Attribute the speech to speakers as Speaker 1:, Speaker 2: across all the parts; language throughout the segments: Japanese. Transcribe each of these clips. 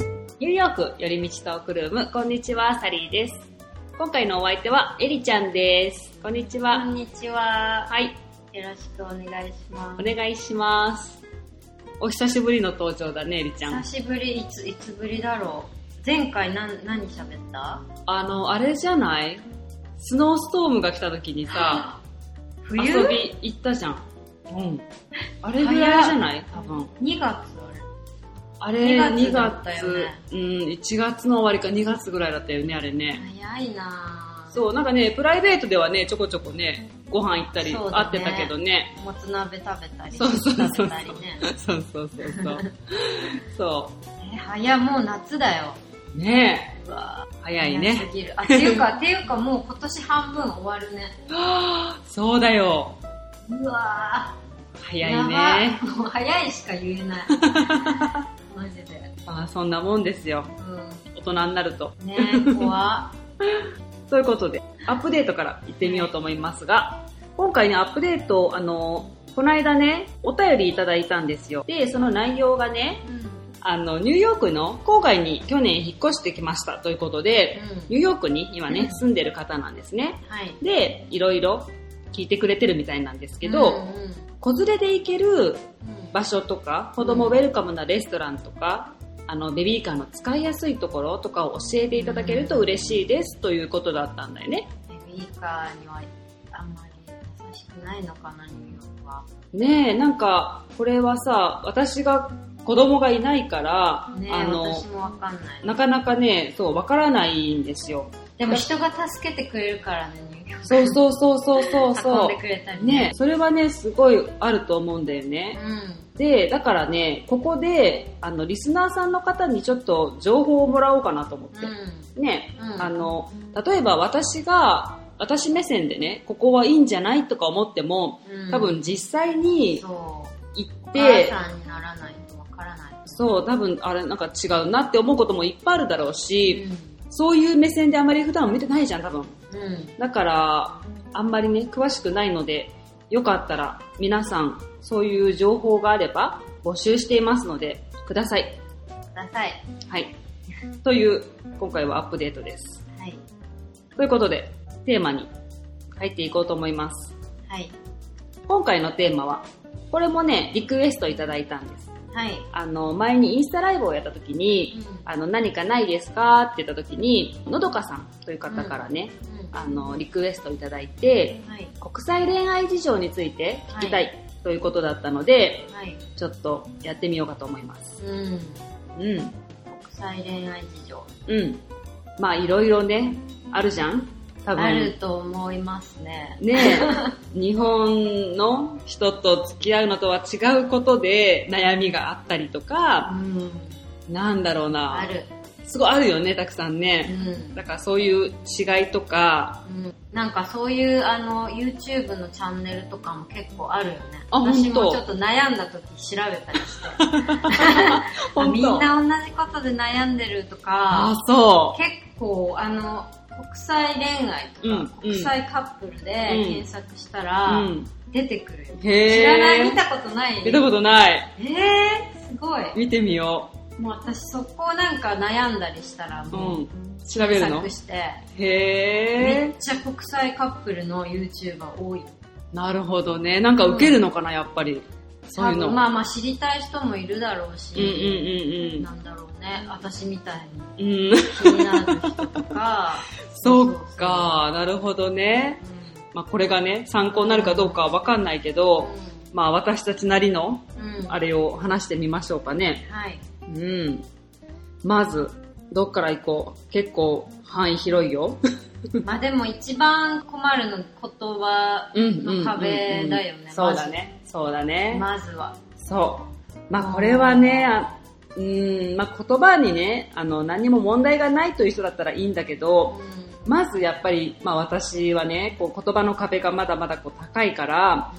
Speaker 1: ーク、寄り道トークルーム、こんにちは、サリーです。今回のお相手は、エリちゃんです。こんにち
Speaker 2: こ
Speaker 1: は。
Speaker 2: んにちは。
Speaker 1: はい、
Speaker 2: よろしくお願いしま
Speaker 1: お
Speaker 2: す。
Speaker 1: 願いします。お久しぶりの登場だね、エリちゃ
Speaker 2: 久
Speaker 1: ん。
Speaker 2: しぶり、いつ、いつぶりだろう。前回なん、何喋った
Speaker 1: あの、あれじゃないスノーストームが来た時にさ、
Speaker 2: 冬
Speaker 1: 遊び行ったじゃん。うん。あれぐらいじゃない多分。
Speaker 2: ?2 月あ
Speaker 1: あれ、2
Speaker 2: 2月だ
Speaker 1: 月
Speaker 2: ったよね
Speaker 1: うん、1月の終わりか2月ぐらいだったよね、あれ
Speaker 2: れ。
Speaker 1: ね。
Speaker 2: 早いなぁ。
Speaker 1: そう、なんかね、プライベートではね、ちょこちょこね、ご飯行ったり、
Speaker 2: そうだ
Speaker 1: 会
Speaker 2: ね
Speaker 1: ってたけどね。
Speaker 2: もつ鍋食べたり、
Speaker 1: そうそうそうそう
Speaker 2: 食べたりね。
Speaker 1: そうそうそうそう。そ
Speaker 2: え、早い、もう夏だよ。
Speaker 1: う。ね
Speaker 2: うわ
Speaker 1: え
Speaker 2: ぁ、
Speaker 1: 早い
Speaker 2: 早
Speaker 1: ね。
Speaker 2: すぎる。あ、っていうか、 っていうかもう今年半分終わるね。
Speaker 1: そうだよ。
Speaker 2: うわぁ。
Speaker 1: 早い
Speaker 2: や
Speaker 1: ね。
Speaker 2: ばもう早いしか言え ない。マジで。
Speaker 1: まあ、そんなもんですよ。大人になると。
Speaker 2: うん。ね怖
Speaker 1: ということで、アップデートから行ってみようと思いますが、今回ね、アップデート、あの、この間ね、お便りいただいたんですよ。で、その内容がね、
Speaker 2: うん。
Speaker 1: あの、ニューヨークの郊外に去年引っ越してきましたということで、
Speaker 2: う
Speaker 1: ニ
Speaker 2: ん
Speaker 1: ューヨークに今
Speaker 2: う
Speaker 1: ね、
Speaker 2: ん
Speaker 1: 住んでる方なんですね。
Speaker 2: はい。
Speaker 1: で、いろいろ聞いてくれてるみたいなんですけど、
Speaker 2: うんうん
Speaker 1: 子連れで行ける
Speaker 2: うん
Speaker 1: 場所とか、子供ウェルカムなレストランとか、あの、ベビーカーの使いやすいところとかを教えていただけると嬉しいですということだったんだよね。
Speaker 2: ベビーカーにはあんまり優しくないのかな、ニューヨークは。
Speaker 1: ねえ、なんか、これはさ、私が子供がいないから、
Speaker 2: ねえ
Speaker 1: あの
Speaker 2: 私、もわかんない。
Speaker 1: なかなかね、そう、わからないんですよ。
Speaker 2: でも人が助けてくれるからね、ニューヨーク。
Speaker 1: そうそうそうそうそう
Speaker 2: 運ん
Speaker 1: そ
Speaker 2: で くれたり
Speaker 1: う。ね、それはね、すごいあると思うんだよね。
Speaker 2: う
Speaker 1: で、だからね、ここで、あの、リスナーさんの方にちょっと情報をもらおうかなと思っ
Speaker 2: ん。う
Speaker 1: て。
Speaker 2: ん。
Speaker 1: ね、
Speaker 2: うん
Speaker 1: あの、例えば私が、私目線でね、ここはいいんじゃないとか思っても、
Speaker 2: うん
Speaker 1: 多分実際に
Speaker 2: そう。お
Speaker 1: 行って、
Speaker 2: 母さんにならないとわからない。
Speaker 1: そう、多分、あれ、なんか違うなって思うこともいっぱいあるだろうし、
Speaker 2: う
Speaker 1: そういう目線であまり普段見てないじゃん、多分。
Speaker 2: ん。うん。
Speaker 1: だから、あんまりね、詳しくないので、よかったら、皆さん、そういう情報があれば、募集していますので、ください。
Speaker 2: ください。
Speaker 1: はい。という、今回はアップデートです。
Speaker 2: はい。
Speaker 1: ということで、テーマに入っていこうと思います。
Speaker 2: はい。
Speaker 1: 今回のテーマは、これもね、リクエストいただいたんです。
Speaker 2: はい。
Speaker 1: あの、前にインスタライブをやった時に、
Speaker 2: うん
Speaker 1: あの、何かないですかって言った時に、のどかさんという方からね、
Speaker 2: う
Speaker 1: あの、リクエストいただいて、
Speaker 2: ん。はい。
Speaker 1: 国際恋愛事情について聞きたい、
Speaker 2: は
Speaker 1: ということだったので、
Speaker 2: はい。
Speaker 1: ちょっとやってみようかと思います。
Speaker 2: うん。
Speaker 1: うん。
Speaker 2: 国際恋愛事情。
Speaker 1: うん。まあ、いろいろね、あるじゃん多分。
Speaker 2: あると思いますね。
Speaker 1: ね え、日本の人と付き合うのとは違うことで悩みがあったりと
Speaker 2: う
Speaker 1: か、
Speaker 2: ん。
Speaker 1: なんだろうな。
Speaker 2: ある。
Speaker 1: すごいあるよね、たくさん
Speaker 2: う
Speaker 1: ね。
Speaker 2: ん。
Speaker 1: だからそういう違いとか、
Speaker 2: うんなんかそういうあの YouTube のチャンネルとかも結構あるよね。
Speaker 1: あ
Speaker 2: 私
Speaker 1: ほんと
Speaker 2: もちょっと悩んだ時調べたり して。あ
Speaker 1: ほんと
Speaker 2: みんな同じことで悩んでると
Speaker 1: あ
Speaker 2: か、、
Speaker 1: そ
Speaker 2: 結構あの、国際恋愛とか、
Speaker 1: うん
Speaker 2: 国際カップルで
Speaker 1: うん
Speaker 2: 検索した
Speaker 1: う。う
Speaker 2: ら、
Speaker 1: ん。
Speaker 2: 出てくるよ。
Speaker 1: へー
Speaker 2: 知らない見たことない
Speaker 1: 見たことない。
Speaker 2: えー、すごい。
Speaker 1: 見てみよ
Speaker 2: もう私そこなんか悩んだりしたら
Speaker 1: う。う。
Speaker 2: もうん
Speaker 1: 調べる
Speaker 2: 検
Speaker 1: の
Speaker 2: 索して、
Speaker 1: へ
Speaker 2: め
Speaker 1: え
Speaker 2: っ。ちゃ国際カップルの YouTuber 多い。
Speaker 1: なるほどね。なんか受けるのかな、やっぱり。そういう
Speaker 2: 多
Speaker 1: の。
Speaker 2: 分まあまあ知りたい人もいるだろう
Speaker 1: うんうん
Speaker 2: し、なんだろうね、私みたいに
Speaker 1: うんうん。 うん。、
Speaker 2: 気になる人とか
Speaker 1: そっか、なるほどね。
Speaker 2: そう
Speaker 1: まあこれがね、参考になるかどうかはわかんないけど、まあ私たちなりの
Speaker 2: そう、うん、うん、
Speaker 1: あれを話してみましょうかね。
Speaker 2: はい、
Speaker 1: うん。まず、どっから行こう。結構範囲広いよ。
Speaker 2: まあでも一番困るの言葉
Speaker 1: うん
Speaker 2: の壁だよね、まず
Speaker 1: そうだね。そうだね。
Speaker 2: まずは、
Speaker 1: そう。まあこれはね、あうん、まあ言葉にね、あの何も問題がないという人だったらいいんだけ
Speaker 2: う
Speaker 1: ど、
Speaker 2: ん
Speaker 1: まずやっぱり、まあ私はね、こう言葉の壁がまだまだこう高いから、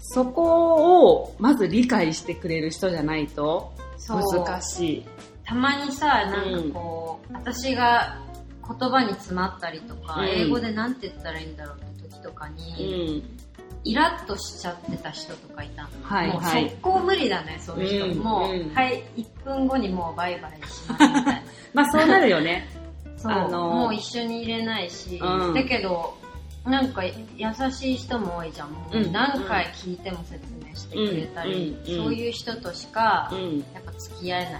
Speaker 1: そこをまず理解してくれる人じゃないと
Speaker 2: そう
Speaker 1: 難しい。
Speaker 2: たまにさなんかこう、私が言葉に詰まったりとか、
Speaker 1: うん
Speaker 2: 英語でなんて言ったらいいんだろうって時とかに、
Speaker 1: うん。
Speaker 2: イラッとしちゃってた人とかいたの。
Speaker 1: はい
Speaker 2: もう
Speaker 1: はい
Speaker 2: 速攻無理だね、そういう
Speaker 1: う
Speaker 2: 人。
Speaker 1: ん
Speaker 2: もう、
Speaker 1: うん
Speaker 2: はい、1分後にもうバイバイしますみたい
Speaker 1: まあそうなるよね。
Speaker 2: な。そ う、
Speaker 1: あのー
Speaker 2: もう一緒にいれないし、
Speaker 1: うん
Speaker 2: だけど、なんか優しい人も多いじゃん。もう
Speaker 1: うん
Speaker 2: 何回聞いても説明してくれたり、
Speaker 1: うんうんうん
Speaker 2: そう いう人としか
Speaker 1: う、ん。
Speaker 2: やっぱ付き合えないね。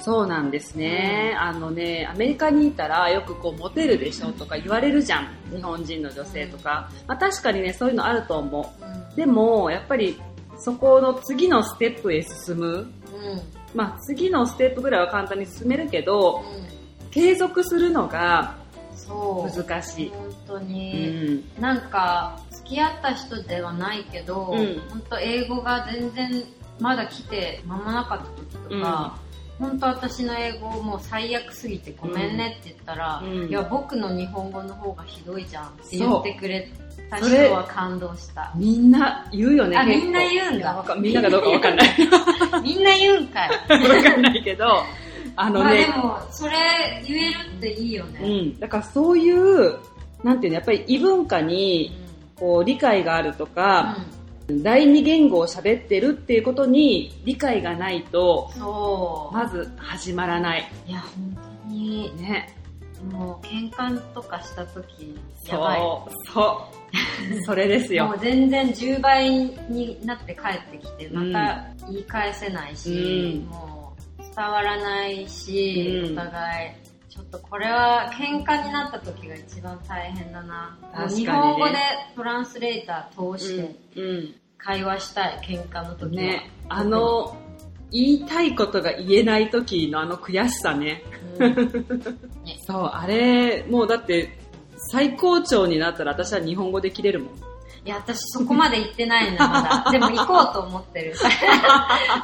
Speaker 1: そうなんですね。あのね、アメリカにいたらよくこう、モテるでしょとか言われるじゃん。日本人の女性とか。まあ確かにね、そういうのあると思う。でも、やっぱり、そこの次のステップへ進む。
Speaker 2: うん、うん
Speaker 1: まあ次のステップぐらいは簡単に進めるけど、継続するのが
Speaker 2: そう。
Speaker 1: 難しい。
Speaker 2: 本当
Speaker 1: う
Speaker 2: に、
Speaker 1: ん。
Speaker 2: なんか、付き合った人ではないけど、
Speaker 1: うん
Speaker 2: 本当英語が全然まだ来て間もなかった時とか、本当私の英語もう最悪すぎてごめんねって言ったら、
Speaker 1: うん
Speaker 2: いや、僕の日本語の方がひどいじゃんって
Speaker 1: そう
Speaker 2: 言ってくれた
Speaker 1: それ
Speaker 2: 人は感動した。
Speaker 1: みんな言うよね。
Speaker 2: あ、
Speaker 1: 結構
Speaker 2: みんな言うんだ
Speaker 1: わ。かみんながどうかわかんない。
Speaker 2: みんな言うんかい。
Speaker 1: わかんないけど、あ の
Speaker 2: まあで
Speaker 1: ね、
Speaker 2: も、それ言えるっていいよ
Speaker 1: う
Speaker 2: ね。
Speaker 1: ん。だからそういう、なんていうの、やっぱり異文化に、こう、理解があるとか、第二言語を喋ってるっていうことに理解がないと
Speaker 2: うん、そう。
Speaker 1: まず始まらない。
Speaker 2: いや、本当に、
Speaker 1: ね。
Speaker 2: もう喧嘩とかした時、やばい。
Speaker 1: そう、 そう。それです
Speaker 2: も
Speaker 1: よ。
Speaker 2: う全然10倍になって帰ってきて、また言い返せないし、
Speaker 1: うん
Speaker 2: もう伝わらないし、
Speaker 1: うん
Speaker 2: お互い。ちょっとこれは喧嘩になった時が一番大変だな。
Speaker 1: 確かにね
Speaker 2: 日本語でトランスレーター通して
Speaker 1: うん。
Speaker 2: 会話したい、喧嘩の時は。
Speaker 1: ね。あの、言いたいことが言えない時のあの悔しさね。
Speaker 2: うん、
Speaker 1: そう、あれ、もうだって、最高潮になったら私は日本語で切れるもん。
Speaker 2: いや、私そこまで行ってないな、ま だ。でも行こうと思ってる。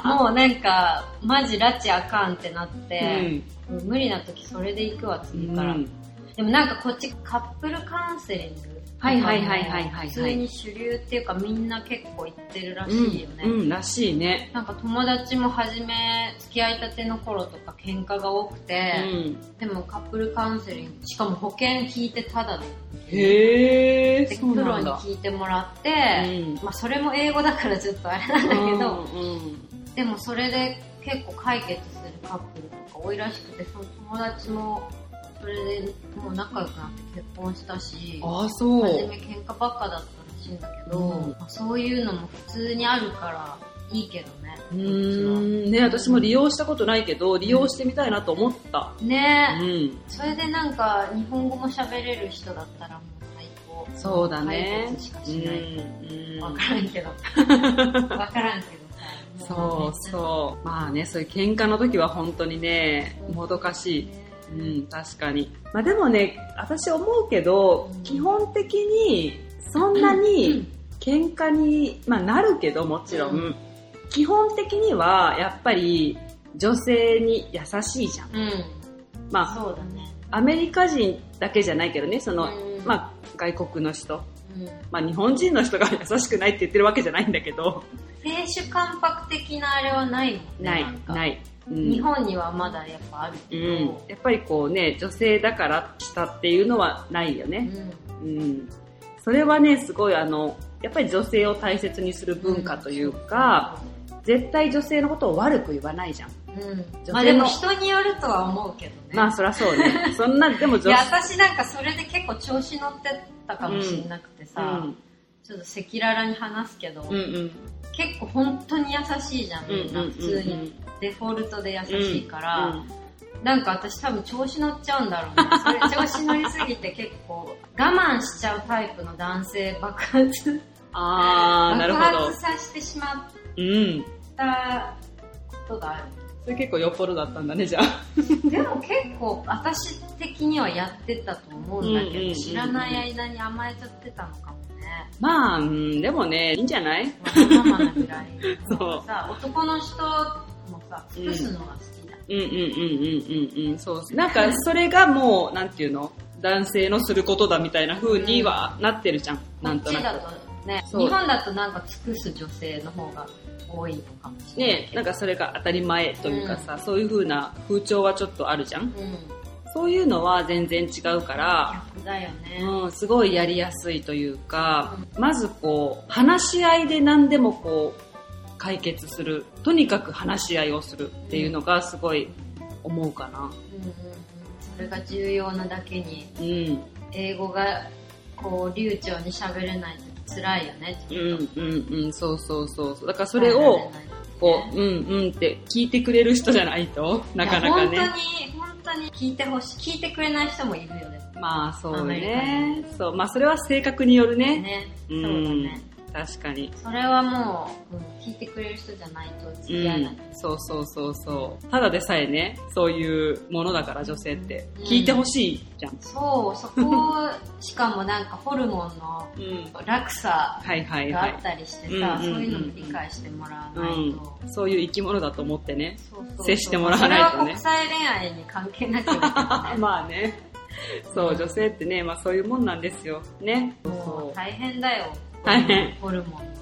Speaker 2: もうなんか、マジ拉致あかんってなって、無理な時それで行くわ、
Speaker 1: うん。
Speaker 2: 次から。
Speaker 1: うん
Speaker 2: でもなんかこっちカップルカウンセリング。
Speaker 1: はいはいはいはいはいはい
Speaker 2: 普通に主流っていうかみんな結構行ってるらしいよね。
Speaker 1: うん、うんらしいね。
Speaker 2: なんか友達も初め付き合いたての頃とか喧嘩が多く
Speaker 1: う
Speaker 2: て、
Speaker 1: ん。
Speaker 2: でもカップルカウンセリング、しかも保険聞いてただで、
Speaker 1: へえ
Speaker 2: で
Speaker 1: ー、
Speaker 2: プロに聞いてもらって、
Speaker 1: うん
Speaker 2: まあそれも英語だからちょっとあれなんだけど、でもそれで結構解決するカップルとか多いらしくて、その友達もそれでもう仲良くなって結婚したし、
Speaker 1: ああ、そ
Speaker 2: 初
Speaker 1: う。
Speaker 2: め喧嘩ばっかだったらしいんだけど、
Speaker 1: うん
Speaker 2: まあそういうのも普通にあるからいいけどね。
Speaker 1: う
Speaker 2: こ
Speaker 1: ーん。ね、私も利用したことないけど、利用してみたいなと思った。
Speaker 2: っちは
Speaker 1: う
Speaker 2: ねえ、
Speaker 1: ん。
Speaker 2: それでなんか日本語も喋れる人だったらもう最高。
Speaker 1: そうだね
Speaker 2: 解決しか
Speaker 1: う
Speaker 2: しない。
Speaker 1: ん。
Speaker 2: わ、
Speaker 1: うん
Speaker 2: からんけ ど。わからんけどさ。
Speaker 1: そうそう。まあね、そういう喧嘩の時は本当にね、もどかしい。うん、確かに。まあでもね、私思うけど
Speaker 2: うん、
Speaker 1: 基本的に、そんなに喧嘩に、まあなるけどもちろ、
Speaker 2: うん
Speaker 1: 基本的にはやっぱり女性に優しいじゃん。
Speaker 2: うん。うん。
Speaker 1: まあ、
Speaker 2: そうだね。
Speaker 1: アメリカ人だけじゃないけどね、その、
Speaker 2: うん
Speaker 1: まあ外国の人、
Speaker 2: うん
Speaker 1: まあ日本人の人が優しくないって言ってるわけじゃないんだけど、
Speaker 2: 亭主関白的なあれはないもんね。
Speaker 1: ない
Speaker 2: ん、か
Speaker 1: ない。うん
Speaker 2: 日本にはまだやっぱある
Speaker 1: う
Speaker 2: けど。
Speaker 1: ん、やっぱりこうね、女性だからしたっていうのはないよね。
Speaker 2: うん
Speaker 1: うん、それはねすごいあのやっぱり女性を大切にする文化というか、、絶対女性のことを悪く言わないじゃん、
Speaker 2: うん、
Speaker 1: 女性の
Speaker 2: まあでも人によるとは思うけどね。
Speaker 1: まあそりゃそう ねそんなでも
Speaker 2: い
Speaker 1: 女
Speaker 2: や
Speaker 1: 性
Speaker 2: 私なんかそれで結構調子乗ってたかもしれなくて
Speaker 1: う
Speaker 2: さ、
Speaker 1: ん
Speaker 2: ちょっと赤裸々に話すけど、
Speaker 1: うんうん
Speaker 2: 結構本当に優しいじゃん、
Speaker 1: うん
Speaker 2: みんな
Speaker 1: うん
Speaker 2: 普通に、デフォルトで優しいから、なんか私多分調子乗っちゃうんだろうね。それ調子乗りすぎて結構我慢しちゃうタイプの男性爆発、
Speaker 1: ああな
Speaker 2: 爆
Speaker 1: るほど
Speaker 2: 発させてしまっ
Speaker 1: うん
Speaker 2: たことがある。
Speaker 1: それ結構よっぽどだったんだねじゃあ
Speaker 2: でも結構私的にはやってたと思うんだけど、
Speaker 1: うんうんうんうん
Speaker 2: 知らない間に甘えちゃってたの かもね。
Speaker 1: まあ、うん、でもねいいんじゃない
Speaker 2: わがままなぐらい。
Speaker 1: そう
Speaker 2: さ、男の人もさ、
Speaker 1: うん
Speaker 2: 尽くすのが好きだ。
Speaker 1: うんうんうんうんうんうんそうなんかそれがもうなんていうの男性のすることだみたいな風にはなってる じゃん、なん
Speaker 2: ことっち
Speaker 1: な
Speaker 2: だ
Speaker 1: く
Speaker 2: とね、
Speaker 1: そう
Speaker 2: 日本だとなんか尽くす女性の方が多いのかもしれない
Speaker 1: ね
Speaker 2: け
Speaker 1: なんかそれが当たり前というかさ、そういう風な風潮はちょっとあるじゃん
Speaker 2: ど。うん。
Speaker 1: そういうのは全然違うから、
Speaker 2: 逆だよね。
Speaker 1: うん、すごいやりやすいというか、まずこう、話し合いで何でもこう、解決する。とにかく話し合いをするっていうのがすごい思うかな。
Speaker 2: うんうんうんそれが重要なだけに、
Speaker 1: うん、
Speaker 2: 英語がこう流暢に喋れないと辛いよね。
Speaker 1: うん、うん、うん、そうそうそうそう。だからそれを、こう、うん、うんって聞いてくれる人じゃないと、なかなか
Speaker 2: いや
Speaker 1: ね。
Speaker 2: 本当に、本当に聞いてほしい。聞いてくれない人もいるよね。
Speaker 1: まあそう
Speaker 2: アメ
Speaker 1: ね。そう、まあそれは性格によるね。
Speaker 2: ね。
Speaker 1: う
Speaker 2: そうんだね。
Speaker 1: 確かに。
Speaker 2: それはもう、うん聞いてくれる人じゃないと
Speaker 1: う
Speaker 2: 付き合えない。
Speaker 1: ん、そうそうそうそう。ただでさえね、そういうものだから女性って
Speaker 2: うん。
Speaker 1: 聞いてほしいじゃん。
Speaker 2: そう、そこ、しかもなんかホルモンの
Speaker 1: うん。
Speaker 2: 落差
Speaker 1: はいはい
Speaker 2: が
Speaker 1: は
Speaker 2: あっ
Speaker 1: い。
Speaker 2: たりしてさ、
Speaker 1: うん
Speaker 2: そういうのも理解してもらわないと。
Speaker 1: うん。そういう生き物だと思ってね。
Speaker 2: そうそうそう
Speaker 1: 接してもらわないとね
Speaker 2: それは国際恋愛に関係なくてね
Speaker 1: まあね。そう、女性ってね、まあそういうもんなんですよ。ね。
Speaker 2: も
Speaker 1: そう
Speaker 2: 大変だよ。
Speaker 1: 大変
Speaker 2: ホルモンの。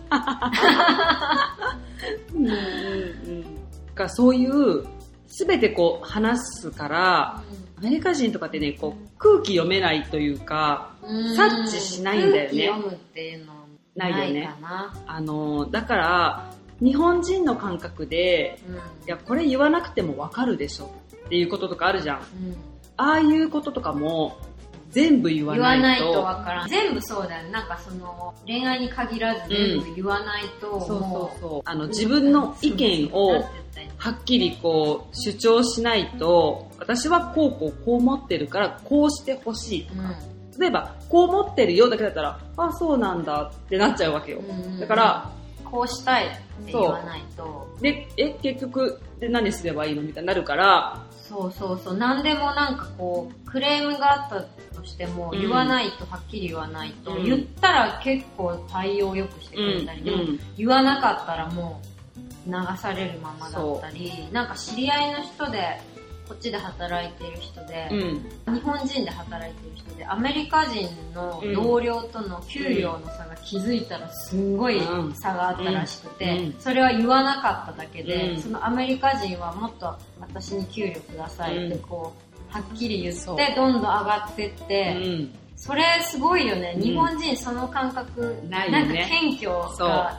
Speaker 1: う。うんうんうん。だからそういう、すべてこう話すから、アメリカ人とかってね、こう空気読めないというか、
Speaker 2: うん
Speaker 1: 察知しないんだよね
Speaker 2: 空気読むっていうのは
Speaker 1: ないよね
Speaker 2: かな。
Speaker 1: あのだから日本人の感覚で
Speaker 2: うん。
Speaker 1: いやこれ言わなくてもわかるでしょっていうこととかあるじゃん
Speaker 2: うん
Speaker 1: ああいうこととかも全部言わ
Speaker 2: 言わな
Speaker 1: ないい
Speaker 2: と
Speaker 1: と
Speaker 2: わからん。全部そうだよね。なんかその、恋愛に限らず全部言わないと、
Speaker 1: そう
Speaker 2: も
Speaker 1: そうそうあの自分の意見を
Speaker 2: なんて言ったらいいの
Speaker 1: はっきりこう主張しないと私はこうこうこう思ってるからこうしてほしいとか、例えばこう思ってるよだけだったらあそうなんだってなっちゃうわけよ、
Speaker 2: うん
Speaker 1: だから、
Speaker 2: こうしたいって言わないと、
Speaker 1: でえ結局で何すればいいのみたいになるから
Speaker 2: そうそうそう、何でもなんかこう、クレームがあったとしても、
Speaker 1: うん
Speaker 2: 言わないと、はっきり言わないと、
Speaker 1: うん
Speaker 2: 言ったら結構対応よくしてくれたり、でも言わなかったらもう流されるままだったり、なんか知り合いの人で、こっちで働いてる人で、
Speaker 1: うん、
Speaker 2: 日本人で働いてる人で、アメリカ人の同僚との給料の差が気づいたらすんごい
Speaker 1: うん
Speaker 2: 差があったらしくて、
Speaker 1: うん
Speaker 2: それは言わなかっただけで、
Speaker 1: うん
Speaker 2: そのアメリカ人はもっと私に給料くださいって
Speaker 1: うん
Speaker 2: こう、はっきり言っ
Speaker 1: そう
Speaker 2: て、どんどん上がってって、
Speaker 1: うん、
Speaker 2: それすごいよね。
Speaker 1: うん
Speaker 2: 日本人その感覚、
Speaker 1: ない
Speaker 2: な
Speaker 1: よ
Speaker 2: んか
Speaker 1: ね。
Speaker 2: 謙虚が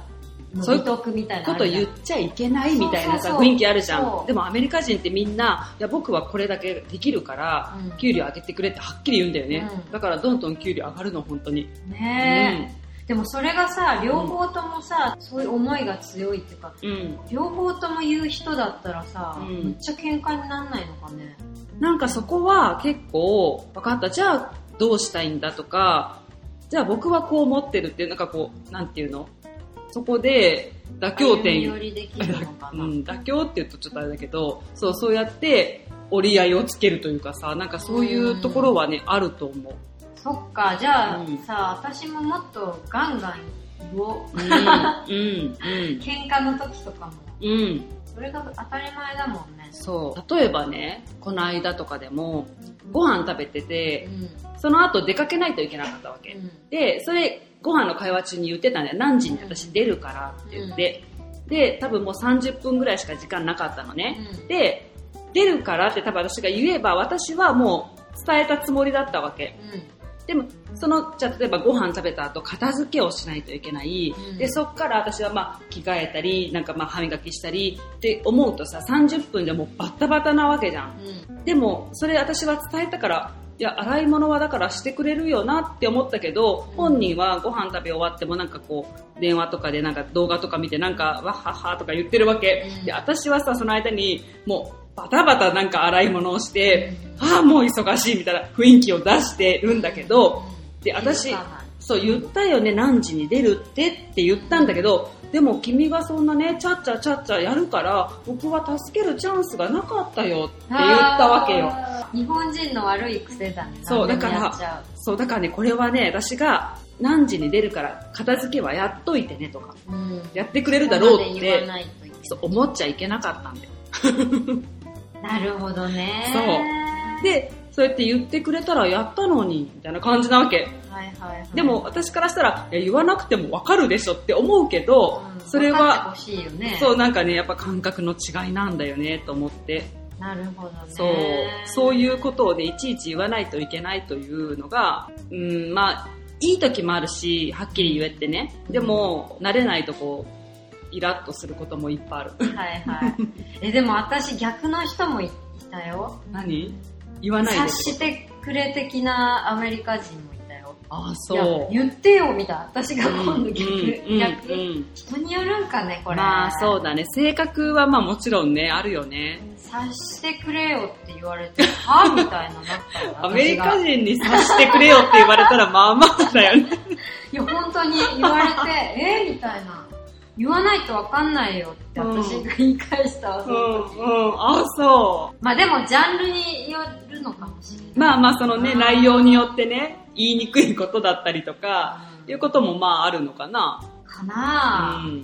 Speaker 1: そ
Speaker 2: 伸
Speaker 1: う
Speaker 2: びとくみたいなの
Speaker 1: こ
Speaker 2: あ
Speaker 1: と
Speaker 2: るじゃん。
Speaker 1: 言っちゃいけないみたいな
Speaker 2: そうそう
Speaker 1: さ、
Speaker 2: そう
Speaker 1: 雰囲気あるじゃ。
Speaker 2: そうん
Speaker 1: でもアメリカ人ってみんな、いや僕はこれだけできるから
Speaker 2: うん、
Speaker 1: 給料上げてくれってはっきり言うんだよね
Speaker 2: う。ん
Speaker 1: だからどんどん給料上がるの、本当に。
Speaker 2: ねえ、でもそれがさ、両方ともさ、そういう思いが強いっていうか、
Speaker 1: うん。
Speaker 2: 両方とも言う人だったらさ、
Speaker 1: うん
Speaker 2: めっちゃ喧嘩になんないのかね。
Speaker 1: なんかそこは結構、分かった、じゃあどうしたいんだとか、じゃあ僕はこう思ってるっていう、なんかこう、なんていうのそこで妥協点
Speaker 2: 歩み寄りできるのか
Speaker 1: う
Speaker 2: な。
Speaker 1: ん、妥協って言うとちょっとあれだけど、そう、そうやって折り合いをつけるというかさ、なんかそういうところはね、あると思う。
Speaker 2: そっか、じゃあ、
Speaker 1: うん
Speaker 2: さ、私ももっとガンガン言おう。
Speaker 1: うん、うん、
Speaker 2: 喧嘩の時とかも。
Speaker 1: うん。うん、
Speaker 2: それが当たり前だもんね。
Speaker 1: そう。例えばね、この間とかでも、ご飯食べて
Speaker 2: う
Speaker 1: て、
Speaker 2: ん。
Speaker 1: その後出かけないといけなかったわけ。で、それ、ご飯の会話中に言ってたんだよ。何時に私出るからって言って。で、多分もう30分ぐらいしか時間なかったのね。
Speaker 2: うん
Speaker 1: で、出るからって多分私が言えば、私はもう伝えたつもりだったわけ。でも、その、じゃあ例えばご飯食べた後、片付けをしないといけない。
Speaker 2: うん
Speaker 1: で、そっから私はまあ、着替えたり、なんかまあ、歯磨きしたりって思うとさ、30分じゃもうバッタバタなわけじゃん。
Speaker 2: うん。うん。
Speaker 1: でも、それ私は伝えたから、いや、洗い物はだからしてくれるよなって思ったけど、
Speaker 2: うん
Speaker 1: 本人はご飯食べ終わってもなんかこう、電話とかでなんか動画とか見てなんか、わっはっはとか言ってるわけ
Speaker 2: うん。
Speaker 1: で、私はさ、その間に、もう、バタバタなんか洗い物をして
Speaker 2: う、
Speaker 1: ああ、もう忙しいみたいな雰囲気を出してるんだけど、で、私
Speaker 2: 気づ、か
Speaker 1: そう、言ったよね、何時に出るってって言ったんだけど、でも君がそんなね、ちゃっちゃちゃっちゃやるから、僕は助けるチャンスがなかったよって言
Speaker 2: ない
Speaker 1: ったわけよ。
Speaker 2: あー日本人の悪い癖だね。
Speaker 1: そう
Speaker 2: 何でも
Speaker 1: だから
Speaker 2: やっちゃう
Speaker 1: そう、だからね、これはね、私が何時に出るから片付けはやっといてねとか、
Speaker 2: うん。
Speaker 1: やってくれるだろう
Speaker 2: そこ
Speaker 1: っ
Speaker 2: まで言わ
Speaker 1: て、
Speaker 2: ないといけない
Speaker 1: そう思っちゃいけなかったんだよ。
Speaker 2: なるほどね。
Speaker 1: そうで、そうやって言ってくれたらやったのに、みたいな感じなわけ。
Speaker 2: はいはいはい。
Speaker 1: でも、私からしたら、いや言わなくてもわかるでしょって思うけど、
Speaker 2: うん
Speaker 1: それ
Speaker 2: 分か
Speaker 1: は
Speaker 2: ってほしいよね。
Speaker 1: そう、なんかね、やっぱ感覚の違いなんだよね、と思って。
Speaker 2: なるほどね。
Speaker 1: そうそういうことをねいちいち言わないといけないというのが、うん、まあいい時もあるしはっきり言えってねでも慣れないとこうイラッとすることもいっぱいある
Speaker 2: はいはい。え、でも私逆の人もいたよ。
Speaker 1: 何言わないで
Speaker 2: 察してくれ的なアメリカ人もいたよ。
Speaker 1: ああそ
Speaker 2: いうや言ってよ、みたいな。私が
Speaker 1: うん
Speaker 2: 今度逆、
Speaker 1: うん
Speaker 2: 逆、
Speaker 1: うん
Speaker 2: 人によるんかね、これ。
Speaker 1: まあそうだね性格はまあもちろんねあるよね
Speaker 2: 察してくれよって言われて、はみたいななったよ
Speaker 1: アメリカ
Speaker 2: 私が
Speaker 1: 人に察してくれよって言われたらまあまあだよね
Speaker 2: いや、本当に言われて、 えみたいな。言わないとわかんないよって私が言い返したわ、
Speaker 1: う
Speaker 2: その
Speaker 1: ん
Speaker 2: 時
Speaker 1: うんあそ
Speaker 2: まあでも、ジャンルによるのかもしれない。
Speaker 1: うまあまあそのね
Speaker 2: うん
Speaker 1: 内容によってね言いにくいことだったりとか
Speaker 2: うん
Speaker 1: いうこともまああるのかな
Speaker 2: かな
Speaker 1: う
Speaker 2: ぁ、
Speaker 1: ん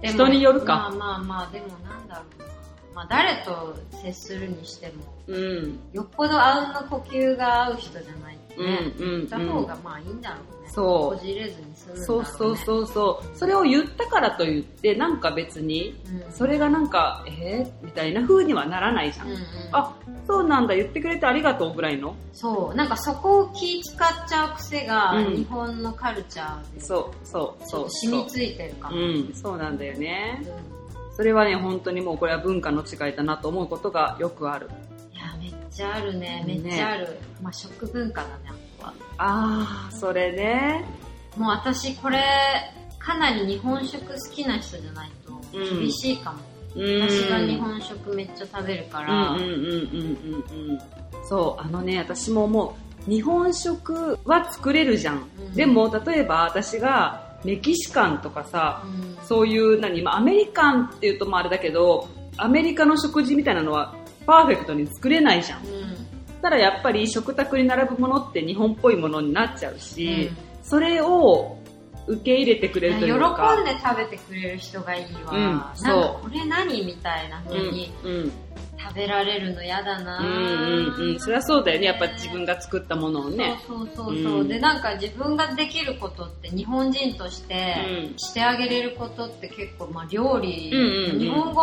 Speaker 2: でも
Speaker 1: 人によるか
Speaker 2: まあまあまあ、でもなんだろうな。まあ誰と接するにしても、
Speaker 1: うん
Speaker 2: よっぽどあうんの呼吸が合う人じゃないと
Speaker 1: う
Speaker 2: ね。
Speaker 1: んうん
Speaker 2: 言った方がまあいいんだろうね。
Speaker 1: そう
Speaker 2: こじれずにするんだろ
Speaker 1: そうう
Speaker 2: ね。
Speaker 1: そうそうそうそれを言ったからといってなんか別に
Speaker 2: うん。うん。
Speaker 1: それがなんかえー、みたいな風にはならないじゃん、
Speaker 2: うんうん、
Speaker 1: あそうなんだ言ってくれてありがとうぐらいの
Speaker 2: そう、なんかそこを気使っちゃう癖が、
Speaker 1: うん
Speaker 2: 日本のカルチャーで、ちょ
Speaker 1: そ
Speaker 2: っ
Speaker 1: うそうそ
Speaker 2: と
Speaker 1: う
Speaker 2: 染
Speaker 1: そう
Speaker 2: みついてるかも。
Speaker 1: うん、そうなんだよね
Speaker 2: うんい
Speaker 1: それはね本当にもうこれは文化の違いだなと思うことがよくある
Speaker 2: や、めっちゃあるね、めっちゃある。まあ、食文化だね、あとは。
Speaker 1: ああそれね
Speaker 2: もう私これ、かなり日本食好きな人じゃないと、
Speaker 1: うん
Speaker 2: 厳しいかも。
Speaker 1: うん
Speaker 2: 私が日本食めっちゃ食べるか
Speaker 1: う
Speaker 2: ら、
Speaker 1: んうんうんうんうんうんそうあのね私ももう日本食は作れるじゃん、
Speaker 2: うん
Speaker 1: でも例えば私がメキシカンとかさ
Speaker 2: うん
Speaker 1: そういう何まあアメリカンっていうともあれだけどアメリカの食事みたいなのはパーフェクトに作れないじゃん
Speaker 2: うん
Speaker 1: ただやっぱり食卓に並ぶものって日本っぽいものになっちゃうし、
Speaker 2: うん
Speaker 1: それを受け入れてくれる
Speaker 2: 喜
Speaker 1: と
Speaker 2: んで
Speaker 1: いうか
Speaker 2: 食べてくれる人がいいわ。
Speaker 1: うん
Speaker 2: なんか
Speaker 1: そう
Speaker 2: これ何みたいな風に
Speaker 1: うんうん
Speaker 2: 食べられるの嫌だな
Speaker 1: うんうんうんそりゃそうだよねやっぱ自分が作ったものをね
Speaker 2: そうそうそうそう、
Speaker 1: うん
Speaker 2: でなんか自分ができることって日本人として
Speaker 1: うん
Speaker 2: してあげれることって結構まあ料理、
Speaker 1: うんうんうん
Speaker 2: 日本語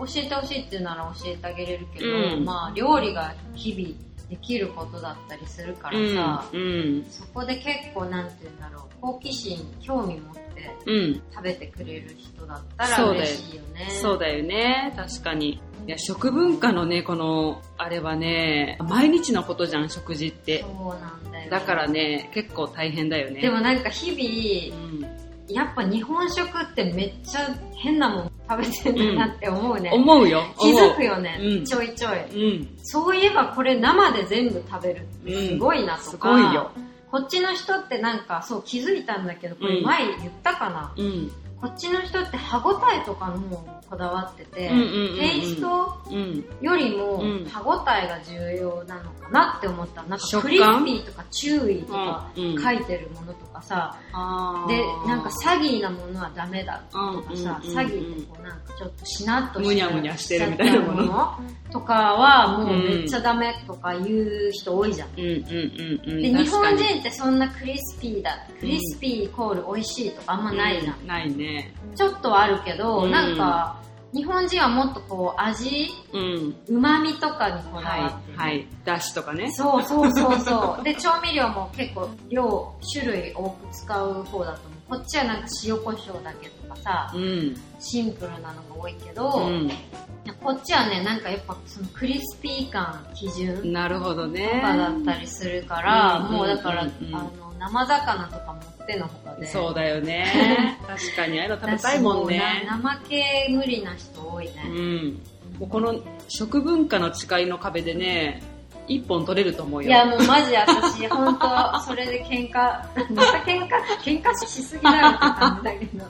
Speaker 2: を教えてほしいっていうなら教えてあげれるけど、
Speaker 1: うん
Speaker 2: まあ料理が日々できることだったりするからさ、
Speaker 1: うんうん
Speaker 2: そこで結構なんて言うんだろう好奇心興味持って
Speaker 1: うん、
Speaker 2: 食べてくれる人だったら嬉しいよね
Speaker 1: そうだよね確かにいや食文化のねこのあれはね毎日のことじゃん食事って
Speaker 2: そうなんだよ
Speaker 1: だからね結構大変だよね
Speaker 2: でもなんか日
Speaker 1: う
Speaker 2: 々
Speaker 1: ん
Speaker 2: やっぱ日本食ってめっちゃ変なもん食べてるなって思うね。
Speaker 1: 思うよ
Speaker 2: 気
Speaker 1: 思
Speaker 2: づ
Speaker 1: う
Speaker 2: くよね、
Speaker 1: うん
Speaker 2: ちょいちょい。
Speaker 1: うん
Speaker 2: そういえばこれ生で全部食べるってすごいなと
Speaker 1: す
Speaker 2: か、
Speaker 1: ごいよ
Speaker 2: こっちの人ってなんかそう気づいたんだけど、こ
Speaker 1: う
Speaker 2: れ
Speaker 1: ん
Speaker 2: 前言ったかな、
Speaker 1: うん
Speaker 2: こっちの人って歯応えとかのもこだわってて、
Speaker 1: うんうんうんうん
Speaker 2: テイスト
Speaker 1: うん
Speaker 2: よりも
Speaker 1: うん
Speaker 2: 歯応えが重要なのかなって思った。なんか
Speaker 1: 食
Speaker 2: ク
Speaker 1: 感
Speaker 2: リスピーとかチューイーとか
Speaker 1: うんうん
Speaker 2: 書いてるものとかさ、
Speaker 1: あー
Speaker 2: で、なんかサギーなものはダメだとかさ、
Speaker 1: うんうんうんうん
Speaker 2: サギーってこうなんかちょっとしなっと
Speaker 1: むにゃむにゃしてるみたいなもの
Speaker 2: しちゃったとかはもうめっちゃダメとか言う人多いじゃん。
Speaker 1: うんうんうんうん。
Speaker 2: で、日
Speaker 1: 確か
Speaker 2: 本
Speaker 1: に
Speaker 2: 人ってそんなクリスピーだ、クリスピーイコール美味しいとかあんまないじゃん。
Speaker 1: うんないね。
Speaker 2: ちょっとはあるけど、
Speaker 1: うん
Speaker 2: なんか日本人はもっとこう味、
Speaker 1: うん。
Speaker 2: 旨味とかにこだわ
Speaker 1: は
Speaker 2: って
Speaker 1: い。
Speaker 2: る。
Speaker 1: はい。だしとかね。
Speaker 2: そうそうそ うそう。で、調味料も結構量、種類多く使う方だと思う。こっちはなんか塩コショウだけとかさ、
Speaker 1: うん。
Speaker 2: シンプルなのが多いけど、
Speaker 1: う
Speaker 2: こっちはね、なんかやっぱそのクリスピー感基準
Speaker 1: ん。なるほどね。
Speaker 2: とかだったりするから、
Speaker 1: うん
Speaker 2: もうだから、
Speaker 1: うんうん
Speaker 2: あの、生魚とか持ってのほかで。
Speaker 1: そうだよ ね。確かに、ああいうの食べたいもん
Speaker 2: だし
Speaker 1: ね
Speaker 2: う。な生系無理な人多いうね。
Speaker 1: ん。もうこの食文化の違いの壁でね、一本取れると思う
Speaker 2: い
Speaker 1: よ。
Speaker 2: や、もうマジ私、本当それで喧嘩、 また喧嘩、喧嘩しすぎだろって感じだけ ど。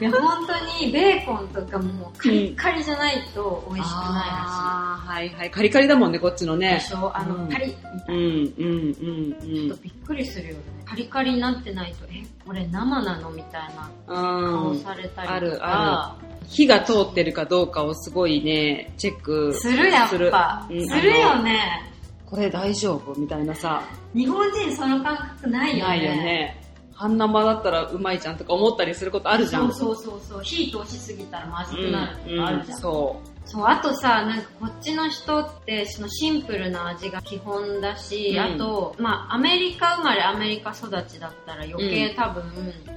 Speaker 2: いや、本当にベーコンとかもうカリッカリじゃないと美味しくないら
Speaker 1: あーはいはい。カリカリだもんね、こっちの
Speaker 2: しい。で
Speaker 1: ね。
Speaker 2: しょあ
Speaker 1: う
Speaker 2: の、
Speaker 1: ん
Speaker 2: カリッみたいな。
Speaker 1: うんうんうんうん。
Speaker 2: ちょっとびっくりするよね。カリカリになってないと、え、これ生なのみたいな
Speaker 1: う
Speaker 2: 顔
Speaker 1: ん。
Speaker 2: されたりとか、
Speaker 1: あるあ火が通ってるかどうかをすごいね、チェック
Speaker 2: するや
Speaker 1: す
Speaker 2: っぱ。
Speaker 1: うん
Speaker 2: するよね。
Speaker 1: これ大丈夫みたいなさ。
Speaker 2: 日本人その感覚ないよ
Speaker 1: な
Speaker 2: ね。
Speaker 1: いよね。あんな間だったらうまいじゃんとか思ったりすることあるじゃん。
Speaker 2: そうそうそうそう。火通しすぎたらまずくなるとかあるじゃん。
Speaker 1: そ
Speaker 2: そう、あとさ、なんかこっちの人って、そのシンプルな味が基本だし、
Speaker 1: うん
Speaker 2: あと、まあ、アメリカ生まれ、アメリカ育ちだったら余計多分、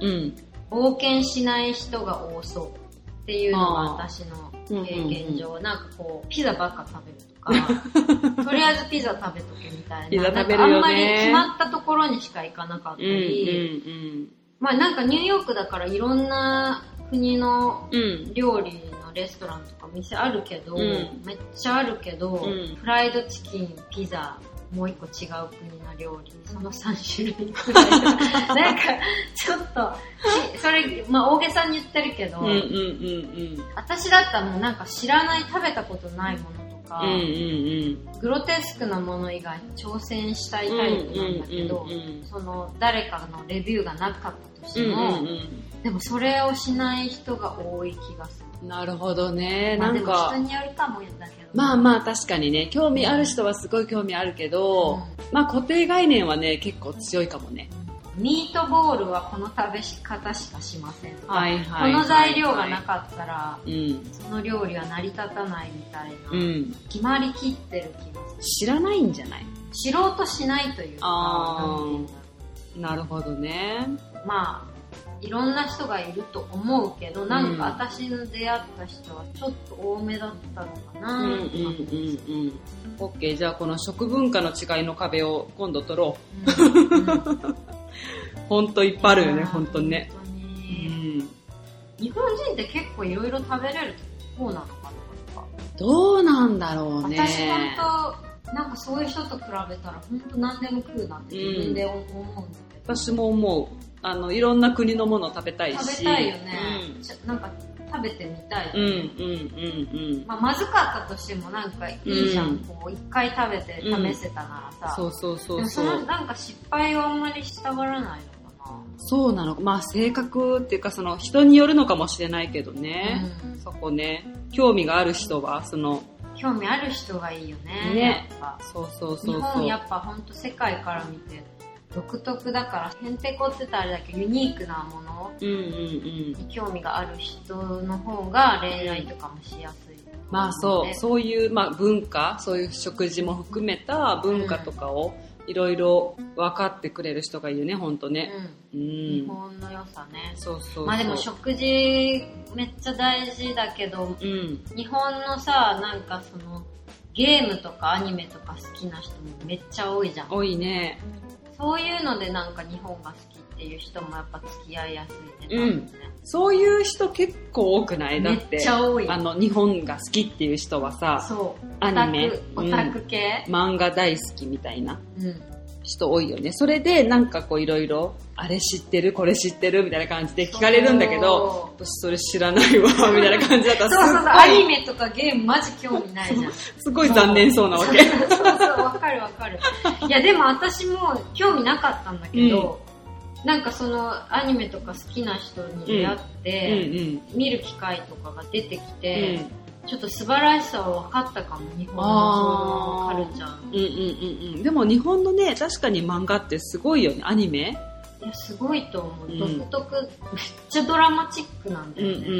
Speaker 1: う。うん。
Speaker 2: 冒険しない人が多そうっていうのが私の経験上、なんかこう、ピザばっか食べると か、とりあえずピザ食べとけみたいな。
Speaker 1: ピザ食べ
Speaker 2: なん
Speaker 1: る
Speaker 2: かあん
Speaker 1: よ
Speaker 2: まり決
Speaker 1: ね
Speaker 2: まったところにしか行かなかっ
Speaker 1: うん。う
Speaker 2: たり、
Speaker 1: ん。
Speaker 2: まあなんかニューヨークだからいろんな国の
Speaker 1: うん。
Speaker 2: 料理のレストランとか店あるけど、
Speaker 1: うん
Speaker 2: めっちゃあるけど、
Speaker 1: ん
Speaker 2: フライドチキンピザもう一個違う国の料理その3種類 くらいなんかちょっとしそれ、まあ、大げさに言ってるけど、
Speaker 1: うん。うん。うん。
Speaker 2: 私だったらもうなんか知らない食べたことないものとか、
Speaker 1: うん。うん。
Speaker 2: グロテスクなもの以外挑戦したい
Speaker 1: うん。
Speaker 2: タイプなんだけど、
Speaker 1: うん。うん。
Speaker 2: その誰かのレビューがなかったとし
Speaker 1: う
Speaker 2: ても、
Speaker 1: ん。
Speaker 2: でもそれをしない人が多い気がする。
Speaker 1: うん。なるほどね。
Speaker 2: ま
Speaker 1: な
Speaker 2: あで
Speaker 1: ん
Speaker 2: も人
Speaker 1: か、
Speaker 2: によるかもやだけど。
Speaker 1: まあまあ確かにね、興味ある人はすごい興味あるけど、まあ固定概念はね、結構強いかもね。
Speaker 2: うんミートボールはこの食べ方しかしません。
Speaker 1: はい
Speaker 2: こ
Speaker 1: はい。
Speaker 2: の材料がなかったら、
Speaker 1: うん。
Speaker 2: その料理は成り立たないみたいな、
Speaker 1: うん。
Speaker 2: 決まりきってる気がする。
Speaker 1: 知らないんじゃない
Speaker 2: 知ろうとしないというか、
Speaker 1: あー
Speaker 2: なんていうんだろ
Speaker 1: なるほどね。
Speaker 2: うまあ、いろんな人がいると思うけど、なんか私の出会った人はちょっと多めだったのか
Speaker 1: う
Speaker 2: な、
Speaker 1: んうんうんうん。オッケー、じゃあこの食文化の違いの壁を今度取ろ
Speaker 2: うんうん
Speaker 1: う。ほんといっぱいあるよね、ほんとね。。
Speaker 2: 本当
Speaker 1: う
Speaker 2: に
Speaker 1: ん。
Speaker 2: 日本人って結構いろいろ食べれる方なのか
Speaker 1: どうなんだろ
Speaker 2: な、
Speaker 1: うね。
Speaker 2: 私本当なんかそういう人と比べたら本当何でも食うなって自分で思うんだけど、
Speaker 1: 私も思う。あの、いろんな国のもの食べたいし。
Speaker 2: 食べたいよね、ちょなんか食べてみたい、
Speaker 1: うん。うんうんうんうん。
Speaker 2: まあ、まずかったとしてもなんかいいじゃ
Speaker 1: う
Speaker 2: ん、
Speaker 1: ん
Speaker 2: こう一回食べて試せたならさ、
Speaker 1: そうそうそ
Speaker 2: で
Speaker 1: う
Speaker 2: もそ
Speaker 1: そ
Speaker 2: の
Speaker 1: う。
Speaker 2: なんか失敗をあんまりしたがらないのかな、
Speaker 1: そうなの。まあ性格っていうかその人によるのかもしれないけどね。
Speaker 2: うん
Speaker 1: そこね。興味がある人は、その、
Speaker 2: 興味ある人がいいよね
Speaker 1: ね
Speaker 2: やっぱ
Speaker 1: そうそう
Speaker 2: 日
Speaker 1: そうそ
Speaker 2: 本
Speaker 1: う
Speaker 2: や。っぱほんと世界から見て独特だからへんてこって言ったらあれだけどユニークなもの
Speaker 1: うんうんうん。
Speaker 2: に興味がある人の方が恋愛とかもしやすい、
Speaker 1: まあそう、
Speaker 2: う
Speaker 1: そういう、まあ、文化、そういう食事も含めた文化とかをいろいろ分かってくれる人がいいよね、ほんとね。う
Speaker 2: うん、日
Speaker 1: ん。
Speaker 2: 本の良さね
Speaker 1: そうそうそう。
Speaker 2: まあでも食事めっちゃ大事だけど
Speaker 1: うん。
Speaker 2: 日本のさなんかそのゲームとかアニメとか好きな人もめっちゃ多いじゃん
Speaker 1: 多いね。
Speaker 2: そういうのでなんか日本が好きっていう人もやっぱ付き合いやすいね
Speaker 1: うん
Speaker 2: 多分ね
Speaker 1: そういう人結構多くないだ
Speaker 2: め
Speaker 1: っ
Speaker 2: ってち、ゃ多い
Speaker 1: あの、日本が好きっていう人はさ、
Speaker 2: そう
Speaker 1: アニメ、
Speaker 2: オ
Speaker 1: うん
Speaker 2: タクオタク系、
Speaker 1: 漫画大好きみたいな
Speaker 2: うん、
Speaker 1: 人多いよね。それでなんかこういろいろ、あれ知ってるこれ知ってるみたいな感じで聞かれるんだけど、
Speaker 2: そう
Speaker 1: 私それ知らない わ、みたいな感じだった
Speaker 2: そうそうそう
Speaker 1: ら
Speaker 2: ア
Speaker 1: すっごい
Speaker 2: ニメとかゲームマジ興味ないじゃんす
Speaker 1: すごい残念そうなわけ。
Speaker 2: そうそうわかるわ かるいやでも私も興味なかったんだけど、なんかそのアニメとか好きな人に出会っ
Speaker 1: う
Speaker 2: て、
Speaker 1: ん
Speaker 2: 見る機会とかが出てき
Speaker 1: う
Speaker 2: て、
Speaker 1: ん。
Speaker 2: ちょっと素晴らしさは分かったかも日本のそのカルチャーの
Speaker 1: うんうんうんうん、でも日本のね確かに漫画ってすごいよねアニメ、
Speaker 2: いやすごいと思う、
Speaker 1: うん
Speaker 2: 独特めっちゃドラマチックなんだよね、
Speaker 1: う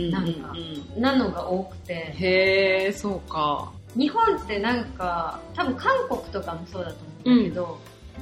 Speaker 1: ん
Speaker 2: なんかなのが多くて
Speaker 1: へえそうか
Speaker 2: 日本ってなんか多分韓国とかもそうだと思うんだけど、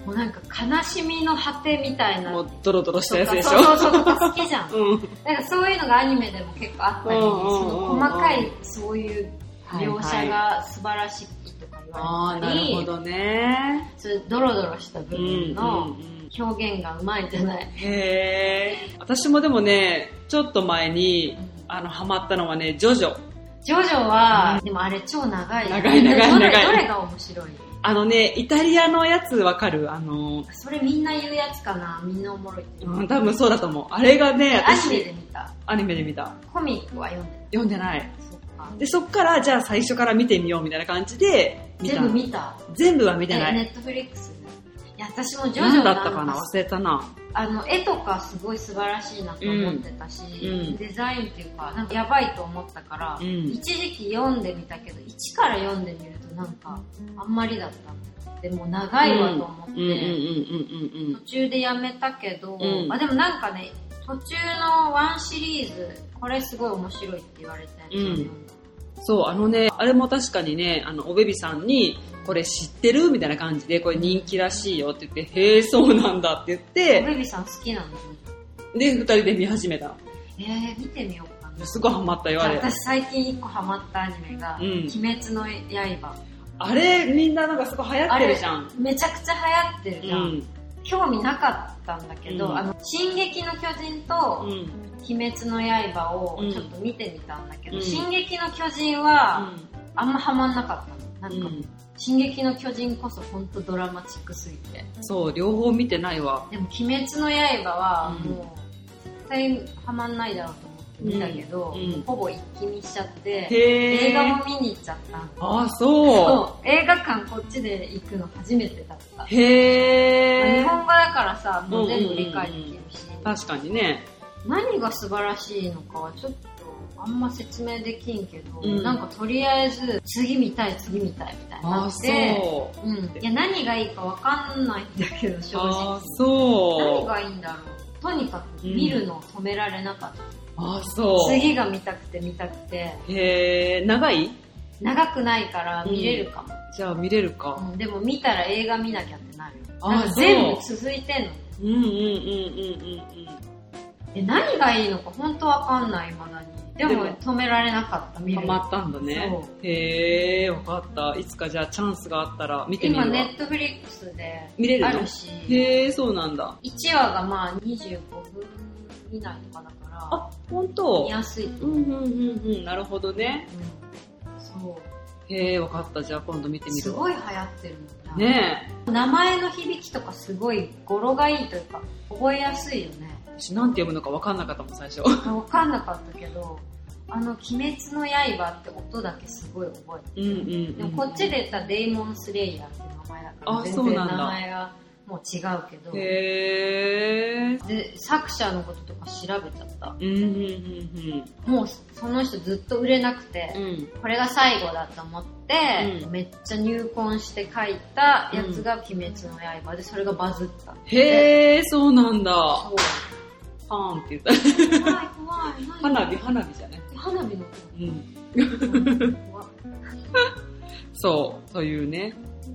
Speaker 2: もうなんか悲しみの果てみたいな
Speaker 1: もうドロドロした
Speaker 2: と
Speaker 1: やつ
Speaker 2: か
Speaker 1: でし
Speaker 2: そうそ
Speaker 1: ょ
Speaker 2: うそうとか好きじゃん
Speaker 1: うん
Speaker 2: なんかそういうのがアニメでも結構あったり、
Speaker 1: うんうんうんうん
Speaker 2: その細かいそういう描
Speaker 1: は
Speaker 2: 写
Speaker 1: いはい
Speaker 2: が素晴らしいとか言
Speaker 1: あ
Speaker 2: わ
Speaker 1: あ
Speaker 2: れた
Speaker 1: な
Speaker 2: り、
Speaker 1: るほどね
Speaker 2: そういうドロドロした部
Speaker 1: うん
Speaker 2: 分
Speaker 1: う
Speaker 2: の
Speaker 1: んうん
Speaker 2: 表現がうまいんじゃない、
Speaker 1: へえ私もでもねちょっと前にあのハマったのはねジョジョ
Speaker 2: ジョジョは、でもあれ超長いよね
Speaker 1: 長い長い
Speaker 2: どれ
Speaker 1: 長い
Speaker 2: どれが面白い
Speaker 1: あのねイタリアのやつわかるあの
Speaker 2: それみんな言うやつかなみんなおもろいって、
Speaker 1: うん多分そうだと思うあれがね
Speaker 2: アニ
Speaker 1: 私
Speaker 2: メで見た
Speaker 1: アニメで見た
Speaker 2: コミックは読んでない
Speaker 1: 読んでない
Speaker 2: そっか
Speaker 1: で、そっから、じゃあ最初から見てみようみたいな感じで、見た
Speaker 2: 全部見た
Speaker 1: 全部は見てな
Speaker 2: えネ
Speaker 1: い。
Speaker 2: ットフリックスいや、私も徐々
Speaker 1: 何
Speaker 2: に
Speaker 1: だ
Speaker 2: な
Speaker 1: ったかな忘れたな。
Speaker 2: あの、絵とかすごい素晴らしいなと思ってたし、
Speaker 1: うんうん
Speaker 2: デザインっていうか、なんかやばいと思ったから、
Speaker 1: うん
Speaker 2: 一時期読んでみたけど、一から読んでみるとなんか、あんまりだった。でも長いわと思って、
Speaker 1: うんうんうんうんうん
Speaker 2: 途中でやめたけど、
Speaker 1: うん
Speaker 2: あでもなんかね、途中のワンシリーズ、これすごい面白いって言われたやつを読んだ、
Speaker 1: うん。そう、あのね、あれも確かにね、あの、おべびさんに、これ知ってるみたいな感じで、これ人気らしいよって言って、へえ、そうなんだって言
Speaker 2: お
Speaker 1: って、
Speaker 2: ベビさん好きなんだね。
Speaker 1: で、二人で見始めた。
Speaker 2: えー、見てみようかな。
Speaker 1: すごいハマったよ、あれ。
Speaker 2: 私最近一個ハマったアニメが、
Speaker 1: うん
Speaker 2: 鬼滅の刃。
Speaker 1: あれ、みんななんかすごい流行ってるじゃん。
Speaker 2: めちゃくちゃ流行ってるじゃん。興味なかったんだけど、
Speaker 1: うん
Speaker 2: あの、進撃の巨人
Speaker 1: う
Speaker 2: と
Speaker 1: ん。うん。
Speaker 2: 鬼滅の刃をちょっと見てみたんだけど、
Speaker 1: うん
Speaker 2: 進撃の巨人はあんまハマんなかった
Speaker 1: う
Speaker 2: の。なんか、
Speaker 1: ん。
Speaker 2: 進撃の巨人こそほんとドラマチックすぎて。
Speaker 1: そう、両方見てないわ。
Speaker 2: でも、鬼滅の刃は
Speaker 1: うん
Speaker 2: もう、絶対ハマんないだろうと思って見たけど、
Speaker 1: うんうん
Speaker 2: ほぼ一気見しちゃって、
Speaker 1: へ
Speaker 2: 映
Speaker 1: え。
Speaker 2: 画も見に行っちゃった。
Speaker 1: あ、そう。
Speaker 2: そう、映画館こっちで行くの初めてだった。
Speaker 1: へ
Speaker 2: 日
Speaker 1: え。
Speaker 2: 本語だからさ、もう全部理解できるし、
Speaker 1: 確かにね。
Speaker 2: 何が素晴らしいのかはちょっとあんま説明できんけど、
Speaker 1: うん
Speaker 2: なんかとりあえず次見たい次見たいみたいにな
Speaker 1: あ、
Speaker 2: っ
Speaker 1: そ
Speaker 2: て、
Speaker 1: う。
Speaker 2: うん、いや何がいいかわかんないんだけど正
Speaker 1: あ
Speaker 2: 直。何
Speaker 1: そう。
Speaker 2: がいいんだろう。とにかく見るのを止められなかった。
Speaker 1: あ、そう。
Speaker 2: 次が見たくて見たくて、
Speaker 1: へえ、長い
Speaker 2: 長くないから見れるかも。
Speaker 1: じゃあ見れるか。
Speaker 2: うんでも見たら映画見なきゃってなるよ。
Speaker 1: あ
Speaker 2: なんか
Speaker 1: そう
Speaker 2: 全部続いてんの。
Speaker 1: うんうんうんうんうん
Speaker 2: え、何がいいのか本当わかんない、未だに。でも
Speaker 1: でも
Speaker 2: 止められなかった、
Speaker 1: う
Speaker 2: 見
Speaker 1: ん。ハ
Speaker 2: るの。
Speaker 1: マったんだね。へえ、わかった。いつかじゃあチャンスがあったら見てみる
Speaker 2: 今
Speaker 1: わ。
Speaker 2: ネットフリックスで
Speaker 1: 見れる
Speaker 2: あ
Speaker 1: の
Speaker 2: るし、
Speaker 1: へえ、そうなんだ。
Speaker 2: 1話がまあ25分以内とかだか
Speaker 1: あ、本
Speaker 2: ら、
Speaker 1: 当
Speaker 2: 見やすいと
Speaker 1: う
Speaker 2: 思
Speaker 1: ん
Speaker 2: う。
Speaker 1: うんうんうん。なるほどね。
Speaker 2: うんそ
Speaker 1: へえ、わかった。じゃあ今度見て
Speaker 2: う。
Speaker 1: み
Speaker 2: す
Speaker 1: るわ。
Speaker 2: ごい流行ってるんだ。
Speaker 1: ね
Speaker 2: 名前の響きとかすごい語呂がいいというか、覚えやすいよ ね。
Speaker 1: え。私なんて読むのかわかんなかったもん、最 初。
Speaker 2: わかんなかったけど、あの、鬼滅の刃って音だけすごい覚えて
Speaker 1: うんうんうん。
Speaker 2: でもこっちで言ったらデイモンスレイヤーっていう名前だから、
Speaker 1: あ
Speaker 2: 全
Speaker 1: そう
Speaker 2: 然
Speaker 1: なんだ
Speaker 2: 名前がもう違うけど、
Speaker 1: へえ。
Speaker 2: で、作者のこととか調べちゃった。
Speaker 1: うんうんうん
Speaker 2: もうその人ずっと売れなくて
Speaker 1: う、ん。うん。
Speaker 2: これが最後だと思って、
Speaker 1: うん
Speaker 2: めっちゃ入魂して書いたやつが鬼滅の刃で、それがバズった。
Speaker 1: へえ、そうなんだ。
Speaker 2: そう
Speaker 1: パーンって言った。
Speaker 2: 怖い怖い。何
Speaker 1: 花火、花火じゃない
Speaker 2: 花火の
Speaker 1: うん。
Speaker 2: 音。怖い
Speaker 1: そう、というね、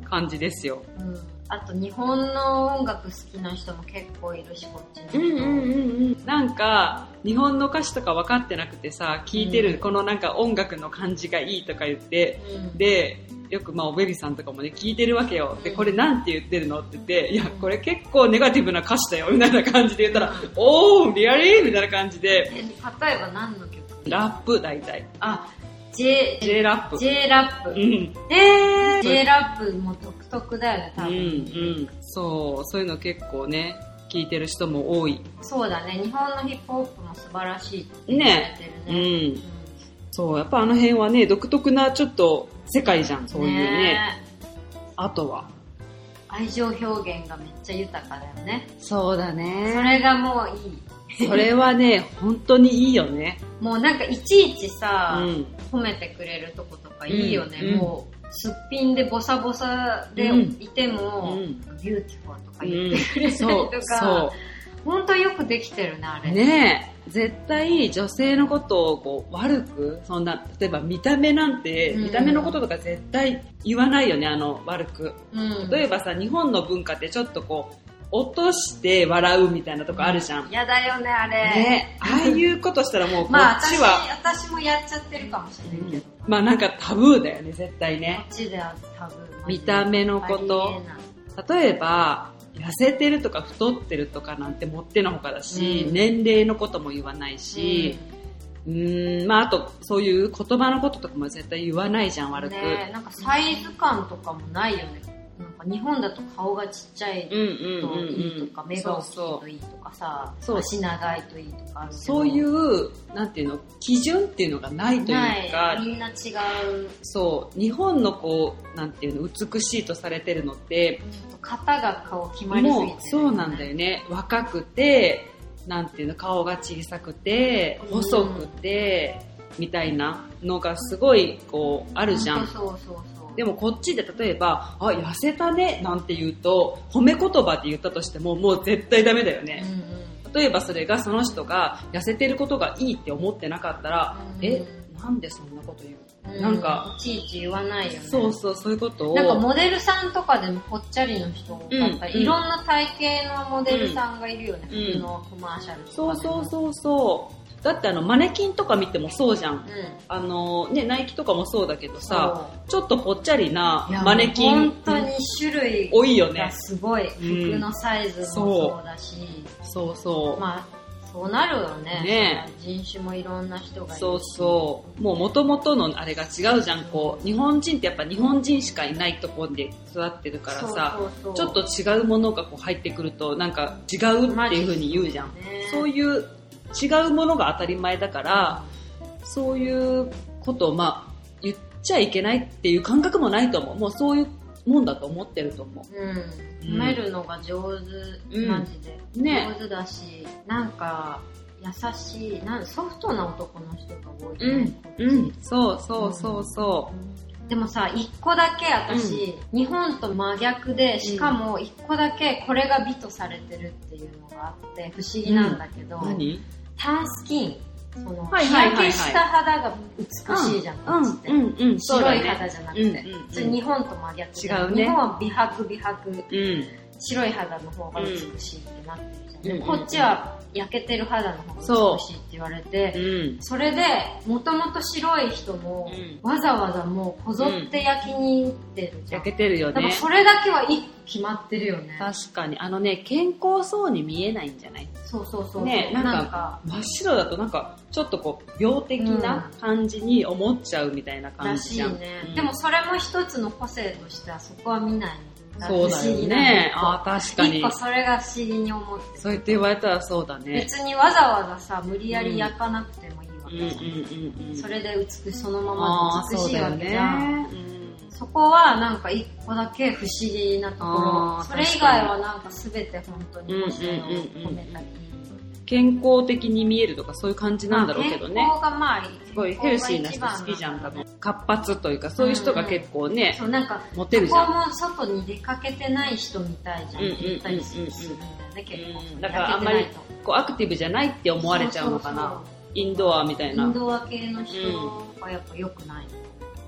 Speaker 1: 感じですよ。
Speaker 2: うんあと日本の音楽好きな人も結構いるし、こっちの人。
Speaker 1: うん。なんか、日本の歌詞とか分かってなくてさ、聴いて
Speaker 2: うん
Speaker 1: るこのなんか音楽の感じがいいとか言って、
Speaker 2: うん
Speaker 1: で、よくまあおべびさんとかもね、聞いてるわけよ。で、これなんて言ってるのって言って、いや、これ結構ネガティブな歌詞だよ、みたいな感じで言ったら、おー、リアリーみたいな感じで、
Speaker 2: え例えば何の曲
Speaker 1: ラップ大体。
Speaker 2: あ、J、
Speaker 1: J ラップ。
Speaker 2: J ラッ
Speaker 1: う
Speaker 2: プ。
Speaker 1: ん。
Speaker 2: えー、J ラップも独特だよね、
Speaker 1: う
Speaker 2: 多
Speaker 1: んう
Speaker 2: 分。
Speaker 1: ん、そうそういうの結構ね聞いてる人も多い
Speaker 2: そうだね、日本のヒップホップも素晴らしいって言われ
Speaker 1: ね
Speaker 2: て
Speaker 1: う
Speaker 2: るね。
Speaker 1: んそうやっぱあの辺はね独特なちょっと世界じゃんそういうねあとは
Speaker 2: え愛情表現がめっちゃ豊かだよね。
Speaker 1: そうだ
Speaker 2: そ
Speaker 1: ね
Speaker 2: れがもういい。
Speaker 1: それはね本当にいいよね
Speaker 2: もうなんかいちいち
Speaker 1: う
Speaker 2: さ、
Speaker 1: ん
Speaker 2: 褒めてくれるとことかいいよね、
Speaker 1: うん
Speaker 2: もうすっぴんでボサボサで
Speaker 1: うん
Speaker 2: いて
Speaker 1: う
Speaker 2: も、
Speaker 1: ん
Speaker 2: ビューティフルとか
Speaker 1: う
Speaker 2: 言っ
Speaker 1: ん
Speaker 2: てくれたり
Speaker 1: そ
Speaker 2: と
Speaker 1: う
Speaker 2: か、
Speaker 1: そ
Speaker 2: ほんとよくできてるね、あ
Speaker 1: う
Speaker 2: れ。
Speaker 1: ねえ絶対女性のことをこう悪くそんな例えば見た目なんて、
Speaker 2: うん
Speaker 1: 見た目のこととか絶対言わないよねあの悪く
Speaker 2: うん、
Speaker 1: 例えばさ日本の文化ってちょっとこう落として笑うみたいなとこあるじゃん、
Speaker 2: やだよね、あれ。
Speaker 1: ね、ああいうことしたらもうこっ
Speaker 2: まあ
Speaker 1: ち
Speaker 2: 私
Speaker 1: は、
Speaker 2: 私もやっちゃってるかもしれないけど、こ
Speaker 1: まあなんかタブーだよね、絶対ね。
Speaker 2: っちでは多分
Speaker 1: 見た目のこと。例えば、痩せてるとか太ってるとかなんてもってのほかだし、
Speaker 2: うん
Speaker 1: 年齢のことも言わないし、うーん、まああとそういう言葉のこととかも絶対言わないじゃん、
Speaker 2: うん
Speaker 1: 悪く。
Speaker 2: ね、なんかサイズ感とかもないよね。なんかか日本だと顔がちっちゃいと
Speaker 1: うんうんうんうん
Speaker 2: いいとか、目が大きい
Speaker 1: そうそ
Speaker 2: といいとかさ、
Speaker 1: そう
Speaker 2: 足長いといいとかあるけど
Speaker 1: そういう、なんていうの、基準っていうのがないという
Speaker 2: な
Speaker 1: か
Speaker 2: い、みんな違う。
Speaker 1: そう、日本のこう、なんていうの、美しいとされてるのって、
Speaker 2: 型が顔決まりすぎてる、
Speaker 1: もうそうなんだよね。若くて、なんていうの、顔が小さくて、
Speaker 2: うん
Speaker 1: 細くて、みたいなのがすごい、こう、あるじゃ
Speaker 2: ほ
Speaker 1: ん
Speaker 2: と。そうそうそう。
Speaker 1: で
Speaker 2: も、
Speaker 1: もこっちで例えば、あ、痩せたね、なんて言うと、褒め言葉で言ったとしても、もう絶対ダメだよね
Speaker 2: うん。うん
Speaker 1: 例えばそれがその人が痩せてることがいいって思ってなかったら、
Speaker 2: うん
Speaker 1: え、なんでそんなこと言う
Speaker 2: う
Speaker 1: なんか、
Speaker 2: いちいち言わないよね。
Speaker 1: そうそう、そういうことを。
Speaker 2: なんかモデルさんとかでもぽっちゃりの人多かったり、
Speaker 1: うんうん
Speaker 2: いろんな体型のモデルさんがいるよね、
Speaker 1: うん
Speaker 2: 服のコマーシャルとかで
Speaker 1: そ
Speaker 2: も。
Speaker 1: うそうそうそう。だってあの、マネキンとか見てもそうじゃん。
Speaker 2: うん。
Speaker 1: あの、ね、ナイキとかもそうだけどさ、
Speaker 2: そ
Speaker 1: ち
Speaker 2: う
Speaker 1: ょっとぽっちゃりない
Speaker 2: や
Speaker 1: マネキン
Speaker 2: 本当に種類
Speaker 1: 多いよ
Speaker 2: が
Speaker 1: ね。
Speaker 2: すごい。
Speaker 1: うん
Speaker 2: 服のサイズもそうだし、
Speaker 1: そうそう。
Speaker 2: まあ、そうなるよね。
Speaker 1: ね
Speaker 2: 人種もいろんな人がいるし。
Speaker 1: そうそう。もう元々のあれが違うじゃん、こう。日本人ってやっぱ日本人しかいないところで育ってるからさ、
Speaker 2: そうそうそう
Speaker 1: ちょっと違うものがこう入ってくると、なんか違うっていう風に言うじゃん。
Speaker 2: ね
Speaker 1: そういう違うものが当たり前だから、そういうことをまあ言っちゃいけないっていう感覚もないと思う。もうそういうもんだと思ってると思
Speaker 2: うん、
Speaker 1: うん
Speaker 2: 褒めるのが上手、
Speaker 1: うん
Speaker 2: マジで。
Speaker 1: ね
Speaker 2: 上手だし、なんか、優しい、なんソフトな男の人が多い、
Speaker 1: う。うん。そうそうそうそ
Speaker 2: でもさ、一個だけ私、日本と真逆で、しかも一個だけこれが美とされてるっていうのがあって、不思議なんだけど、
Speaker 1: う。何
Speaker 2: タンスキン、その、
Speaker 1: はい
Speaker 2: 日
Speaker 1: はいはい
Speaker 2: 焼
Speaker 1: はい
Speaker 2: けした肌が美しいじゃん、
Speaker 1: うん
Speaker 2: こっちって。
Speaker 1: うんうん。そうだ
Speaker 2: 白い
Speaker 1: ね。
Speaker 2: 肌じゃなくて。
Speaker 1: うんうんうん
Speaker 2: それ日本と真逆で
Speaker 1: 違うね
Speaker 2: 日本は美白美白
Speaker 1: うん。
Speaker 2: 白い肌の方が美しいってなってるじゃん。で
Speaker 1: うん
Speaker 2: こっちは焼けてる肌の方が美しいって言われ
Speaker 1: う
Speaker 2: て、
Speaker 1: ん。
Speaker 2: それで、もともと白い人も
Speaker 1: うん、
Speaker 2: わざわざもうこぞって焼きに行ってるじゃん。
Speaker 1: 焼けてるよ
Speaker 2: だから
Speaker 1: ね。
Speaker 2: それだけは一個決まってるよね。
Speaker 1: 確かに。あのね、健康そうに見えないんじゃない
Speaker 2: そうそうそう。
Speaker 1: ねなんか
Speaker 2: か、
Speaker 1: 真っ白だとなんか、ちょっとこう、病的な感じに思っちゃうみたいな感
Speaker 2: ら
Speaker 1: じ
Speaker 2: しい
Speaker 1: じゃん。
Speaker 2: ね
Speaker 1: う。ん
Speaker 2: でもそれも一つの個性としてはそこは見ないのが
Speaker 1: そうだ
Speaker 2: 不思
Speaker 1: よ
Speaker 2: 議
Speaker 1: ね。
Speaker 2: な
Speaker 1: ああ、確か
Speaker 2: 一
Speaker 1: に
Speaker 2: 個。それが不思議に思ってる
Speaker 1: そう言って言われたらそうだね。
Speaker 2: 別にわざわざさ、無理やり焼かなくてもいいわ
Speaker 1: うん
Speaker 2: け
Speaker 1: うん
Speaker 2: じゃん。
Speaker 1: うんうん。
Speaker 2: それで美しそのま
Speaker 1: あ
Speaker 2: ま
Speaker 1: あ
Speaker 2: で美
Speaker 1: そう
Speaker 2: しい
Speaker 1: だよ
Speaker 2: わけじゃん。
Speaker 1: ね。
Speaker 2: そこはなんか一個だけ不思議なとこ
Speaker 1: あー
Speaker 2: ろ。それ以外はなんか全て本当に個性を込めたり。
Speaker 1: 健康的に見えるとかそういう感じなんだろうけどね
Speaker 2: ま。あ健康がまあ、
Speaker 1: すごいヘルシーな人好きじゃん、多分。活発というか、そういう人が結構ね、
Speaker 2: そう、なんか、
Speaker 1: モテるじ
Speaker 2: こ
Speaker 1: ゃ
Speaker 2: こ
Speaker 1: ん。
Speaker 2: も外に出かけてない人みたいじゃん。
Speaker 1: うんうんうんうん
Speaker 2: 言ったりするんだよね、結構。
Speaker 1: うんだからあんまりこう、アクティブじゃないって思われちゃうのかな。インドアみた
Speaker 2: そう
Speaker 1: い
Speaker 2: そうそう。イン
Speaker 1: な。
Speaker 2: ドア系の人はやっぱ良くない。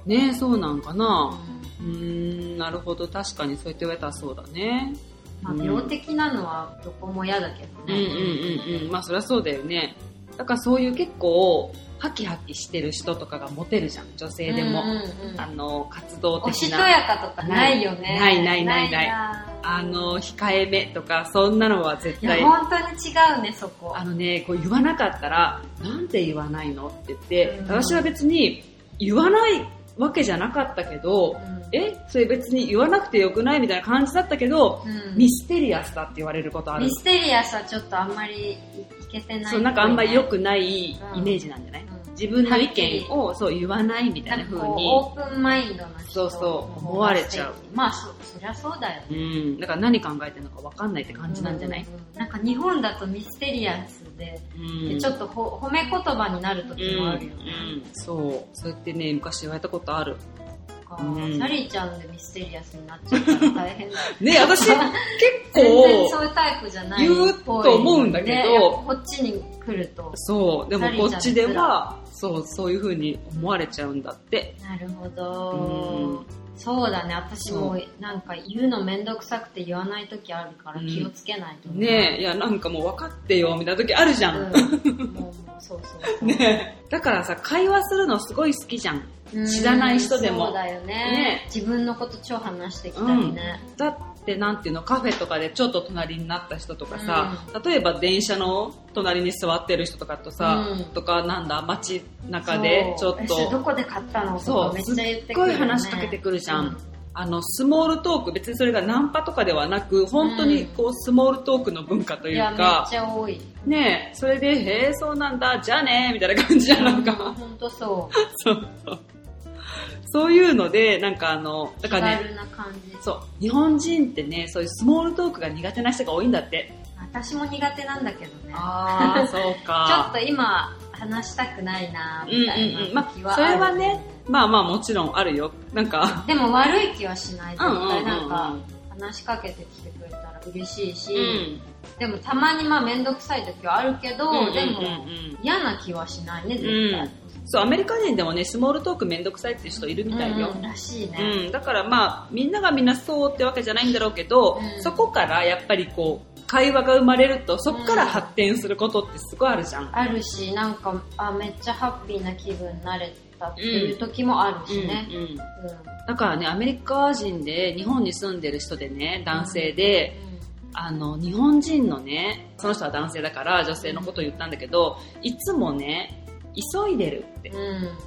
Speaker 1: ねそうなんか
Speaker 2: う
Speaker 1: な。
Speaker 2: ん
Speaker 1: うーん、なるほど。確かにそう言って言われたらそうだね。
Speaker 2: まあ、病的なのはどこも嫌だけど
Speaker 1: うん
Speaker 2: ね。
Speaker 1: うんうんうん。まあ、そりゃそうだよね。だからそういう結構、ハキハキしてる人とかがモテるじゃん。女性でも
Speaker 2: うん。うんうん
Speaker 1: あの、活動
Speaker 2: お
Speaker 1: 的
Speaker 2: しと
Speaker 1: な。
Speaker 2: やかとかないよね。
Speaker 1: ないないないないあ
Speaker 2: な
Speaker 1: の、控えめとか、そんなのは絶
Speaker 2: いや、
Speaker 1: 対。
Speaker 2: 本当に違うね、そこ。
Speaker 1: あのね、こう言わなかったら、なんで言わないのって言って、
Speaker 2: うん
Speaker 1: 私は別に言わないわけじゃなかったけど、
Speaker 2: うん
Speaker 1: えそれ別に言わなくてよくないみたいな感じだったけど、
Speaker 2: うん
Speaker 1: ミステリアスだって言われることある
Speaker 2: ミ。ステリアスはちょっとあんまりいけてない、
Speaker 1: そう、なんかあんまり良
Speaker 2: く、
Speaker 1: くないイ
Speaker 2: うん
Speaker 1: メージなんじゃない、
Speaker 2: うん
Speaker 1: 自分の意見をそう言わないみた
Speaker 2: ないん
Speaker 1: な
Speaker 2: か
Speaker 1: 風
Speaker 2: こう
Speaker 1: に。
Speaker 2: オープンマインドの人
Speaker 1: そうそう思われちゃう。
Speaker 2: まあ、そ、そりゃそうだよね。
Speaker 1: うん。だから何考えてるのか分かんないって感じなんじゃない、
Speaker 2: うんうんうんなんか日本だとミステリアスで、
Speaker 1: うん
Speaker 2: でちょっとほ褒め言葉になる時もあるよね。
Speaker 1: うんうんそう。そうやってね、昔言われたことある。
Speaker 2: か
Speaker 1: うん
Speaker 2: サリーちゃんでミステリアスになっちゃったら大変だ。
Speaker 1: ね、私、結構
Speaker 2: 全然そ、ういうタイプじゃない
Speaker 1: 言うと思うんだけど
Speaker 2: ねやっぱこっちに来ると。
Speaker 1: そう、でもこっちでは、そう、そういう風に思われちゃうんだって。
Speaker 2: なるほど。そうだね、私
Speaker 1: そ
Speaker 2: もなんか言うのめんどくさくて言わない時あるから
Speaker 1: うん
Speaker 2: 気をつけないと。
Speaker 1: ねえ、いや、なんかもう分かってよ、みたいな時あるじゃん。
Speaker 2: うん。もうもうそうそうそう。
Speaker 1: ねえだからさ、会話するのすごい好きじゃん。
Speaker 2: うん
Speaker 1: 知らない人でも
Speaker 2: そうだよね
Speaker 1: ね
Speaker 2: 自分のこと超話してきたりね。
Speaker 1: だって、なんていうの、カフェとかでちょっと隣になった人とかさ、例えば電車の隣に座ってる人とかとさ、
Speaker 2: うん
Speaker 1: とか、なんだ、街中でちょ
Speaker 2: そう
Speaker 1: っ
Speaker 2: えそれ
Speaker 1: と
Speaker 2: ど、こで買ったのと
Speaker 1: そ
Speaker 2: か
Speaker 1: う
Speaker 2: めっちゃ言って
Speaker 1: すっ
Speaker 2: く
Speaker 1: ご
Speaker 2: る
Speaker 1: い
Speaker 2: よね
Speaker 1: 話しかけてくるじゃん。
Speaker 2: うん
Speaker 1: ああの、スモールトーク、別にそれがナンパとかではなく、本当にこう、スモールトークの文化と
Speaker 2: い
Speaker 1: いう
Speaker 2: や、めっ
Speaker 1: か、
Speaker 2: ちゃ多い。
Speaker 1: ねえそれで、へえ、そうなんだ、じゃあね、みたいな感じじゃん なんか、
Speaker 2: ほんとそ
Speaker 1: そうそう。そういうので、なんかあの、
Speaker 2: う。
Speaker 1: だ
Speaker 2: 気
Speaker 1: からね、
Speaker 2: 軽な感じ。
Speaker 1: そう、日本人ってね、そういうスモールトークが苦手な人が多いんだって。
Speaker 2: 私も苦手なんだけどね。
Speaker 1: ああ、そう
Speaker 2: ちょっ
Speaker 1: か。
Speaker 2: と今、話したくないなみたいな
Speaker 1: うんうんうんまあ
Speaker 2: 気は
Speaker 1: それは
Speaker 2: る
Speaker 1: ねまあまあもちろんあるよ。なんか、
Speaker 2: でも悪い気はしない。絶
Speaker 1: うんうんうんう
Speaker 2: 対
Speaker 1: ん
Speaker 2: なんか、話しかけてきてくれたら嬉しいし、
Speaker 1: うん。
Speaker 2: でもたまにまあめんどくさい時はあるけど、
Speaker 1: うんうんうん
Speaker 2: でも嫌な気はしないね、絶対。
Speaker 1: そう、アメリカ人でもね、スモールトークめんどくさいって人いるみたいよ
Speaker 2: うん。らしいね。
Speaker 1: うん、だからまあみんながみんなそうってわけじゃないんだろうけど、
Speaker 2: うん
Speaker 1: そこからやっぱりこう会話が生まれるとそこから発展することってすごいあるじゃん、
Speaker 2: あるし、なんか、あ、めっちゃハッピーな気分になれたっていう時もあるしね。
Speaker 1: うんうん
Speaker 2: うん。
Speaker 1: だからねアメリカ人で日本に住んでる人でね男性で、あの日本人のねその人は男性だから女性のことを言ったんだけどいつもね急いでるって
Speaker 2: うん。う